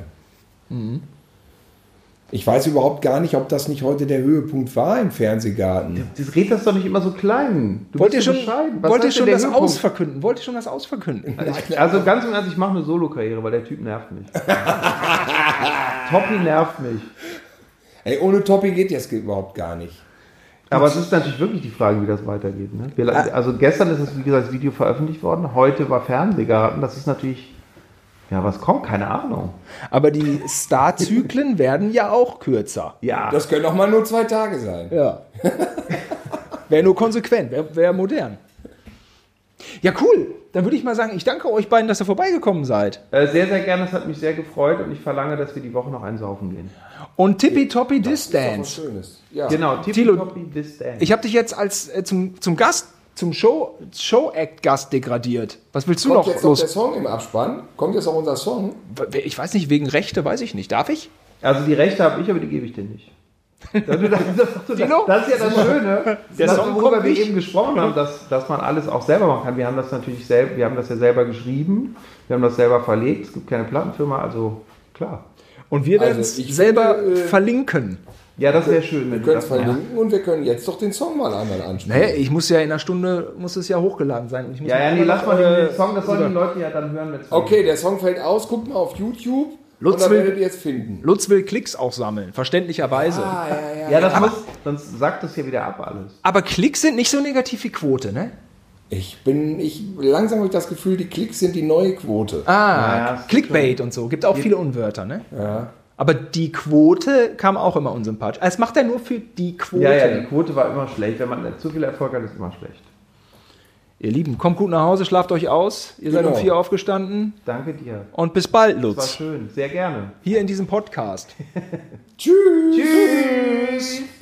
Ich weiß überhaupt gar nicht, ob das nicht heute der Höhepunkt war im Fernsehgarten. Das red das doch nicht immer so klein. Du Wollt ihr bist so schon, bescheiden. Was wollt ihr heißt denn schon der das Höhepunkt? ausverkünden? Wollt ihr schon das ausverkünden? <laughs> Ich, also ganz im Ernst, ich mache eine Solo-Karriere, weil der Typ nervt mich. Toppi nervt mich. Ey, ohne Toppi geht das überhaupt gar nicht. Aber es ist natürlich wirklich die Frage, wie das weitergeht. Ne? Wir, also gestern ist es, wie gesagt, das Video veröffentlicht worden. Heute war Fernsehgarten. Das ist natürlich, ja, was kommt? Keine Ahnung. Aber die Starzyklen werden ja auch kürzer. Ja, <laughs> Das können auch mal nur zwei Tage sein. Ja. Wäre nur konsequent, wäre wär modern. Ja, cool. Dann würde ich mal sagen, ich danke euch beiden, dass ihr vorbeigekommen seid. Äh, sehr, sehr gerne. Das hat mich sehr gefreut und ich verlange, dass wir die Woche noch einsaufen gehen. Und tippitoppi was Distance. Schönes. Ja. Genau, tippitoppi this end. Ich habe dich jetzt als äh, zum, zum Gast, zum Show, Show-Act-Gast degradiert. Was willst du noch Kommt jetzt noch der los? Song im Abspann? Kommt jetzt auch unser Song? Ich weiß nicht, wegen Rechte, weiß ich nicht. Darf ich? Also die Rechte habe ich, aber die gebe ich dir nicht. Das, das, das, Dino? das ist ja das Schöne, Der das, Song worüber kommt wir nicht. eben gesprochen haben, dass, dass man alles auch selber machen kann. Wir haben das natürlich selber, wir haben das ja selber geschrieben, wir haben das selber verlegt, es gibt keine Plattenfirma, also klar. Und wir werden es Also, ich selber würde, äh, verlinken. Ja, das wäre schön, wenn Wir du können es das machst. verlinken und wir können jetzt doch den Song mal einmal anspielen. Naja, ich muss ja in einer Stunde, muss es ja hochgeladen sein. Und ich muss Ja, ja, nee, lass mal äh, den Song, das sollen die Leute ja dann hören, wenn es Okay, der Song fällt aus. Guckt mal auf YouTube Lutz und dann will- werdet ihr es finden. Lutz will Klicks auch sammeln, verständlicherweise. Ja, das muss, sonst sagt das hier wieder ab alles. Aber Klicks sind nicht so negativ wie Quote, ne? Ich bin, ich langsam habe ich das Gefühl, die Klicks sind die neue Quote. Ah, Ja, ist Clickbait und so. Gibt auch viele Unwörter, ne? Ja. Aber die Quote kam auch immer unsympathisch. Das macht er nur für die Quote. Ja, ja, die Quote war immer schlecht. Wenn man zu viel Erfolg hat, ist immer schlecht. Ihr Lieben, kommt gut nach Hause, schlaft euch aus. Ihr seid Genau. um vier aufgestanden. Danke dir. Und bis bald, War Lutz. schön, sehr gerne. Hier in diesem Podcast. Tschüss. Tschüss.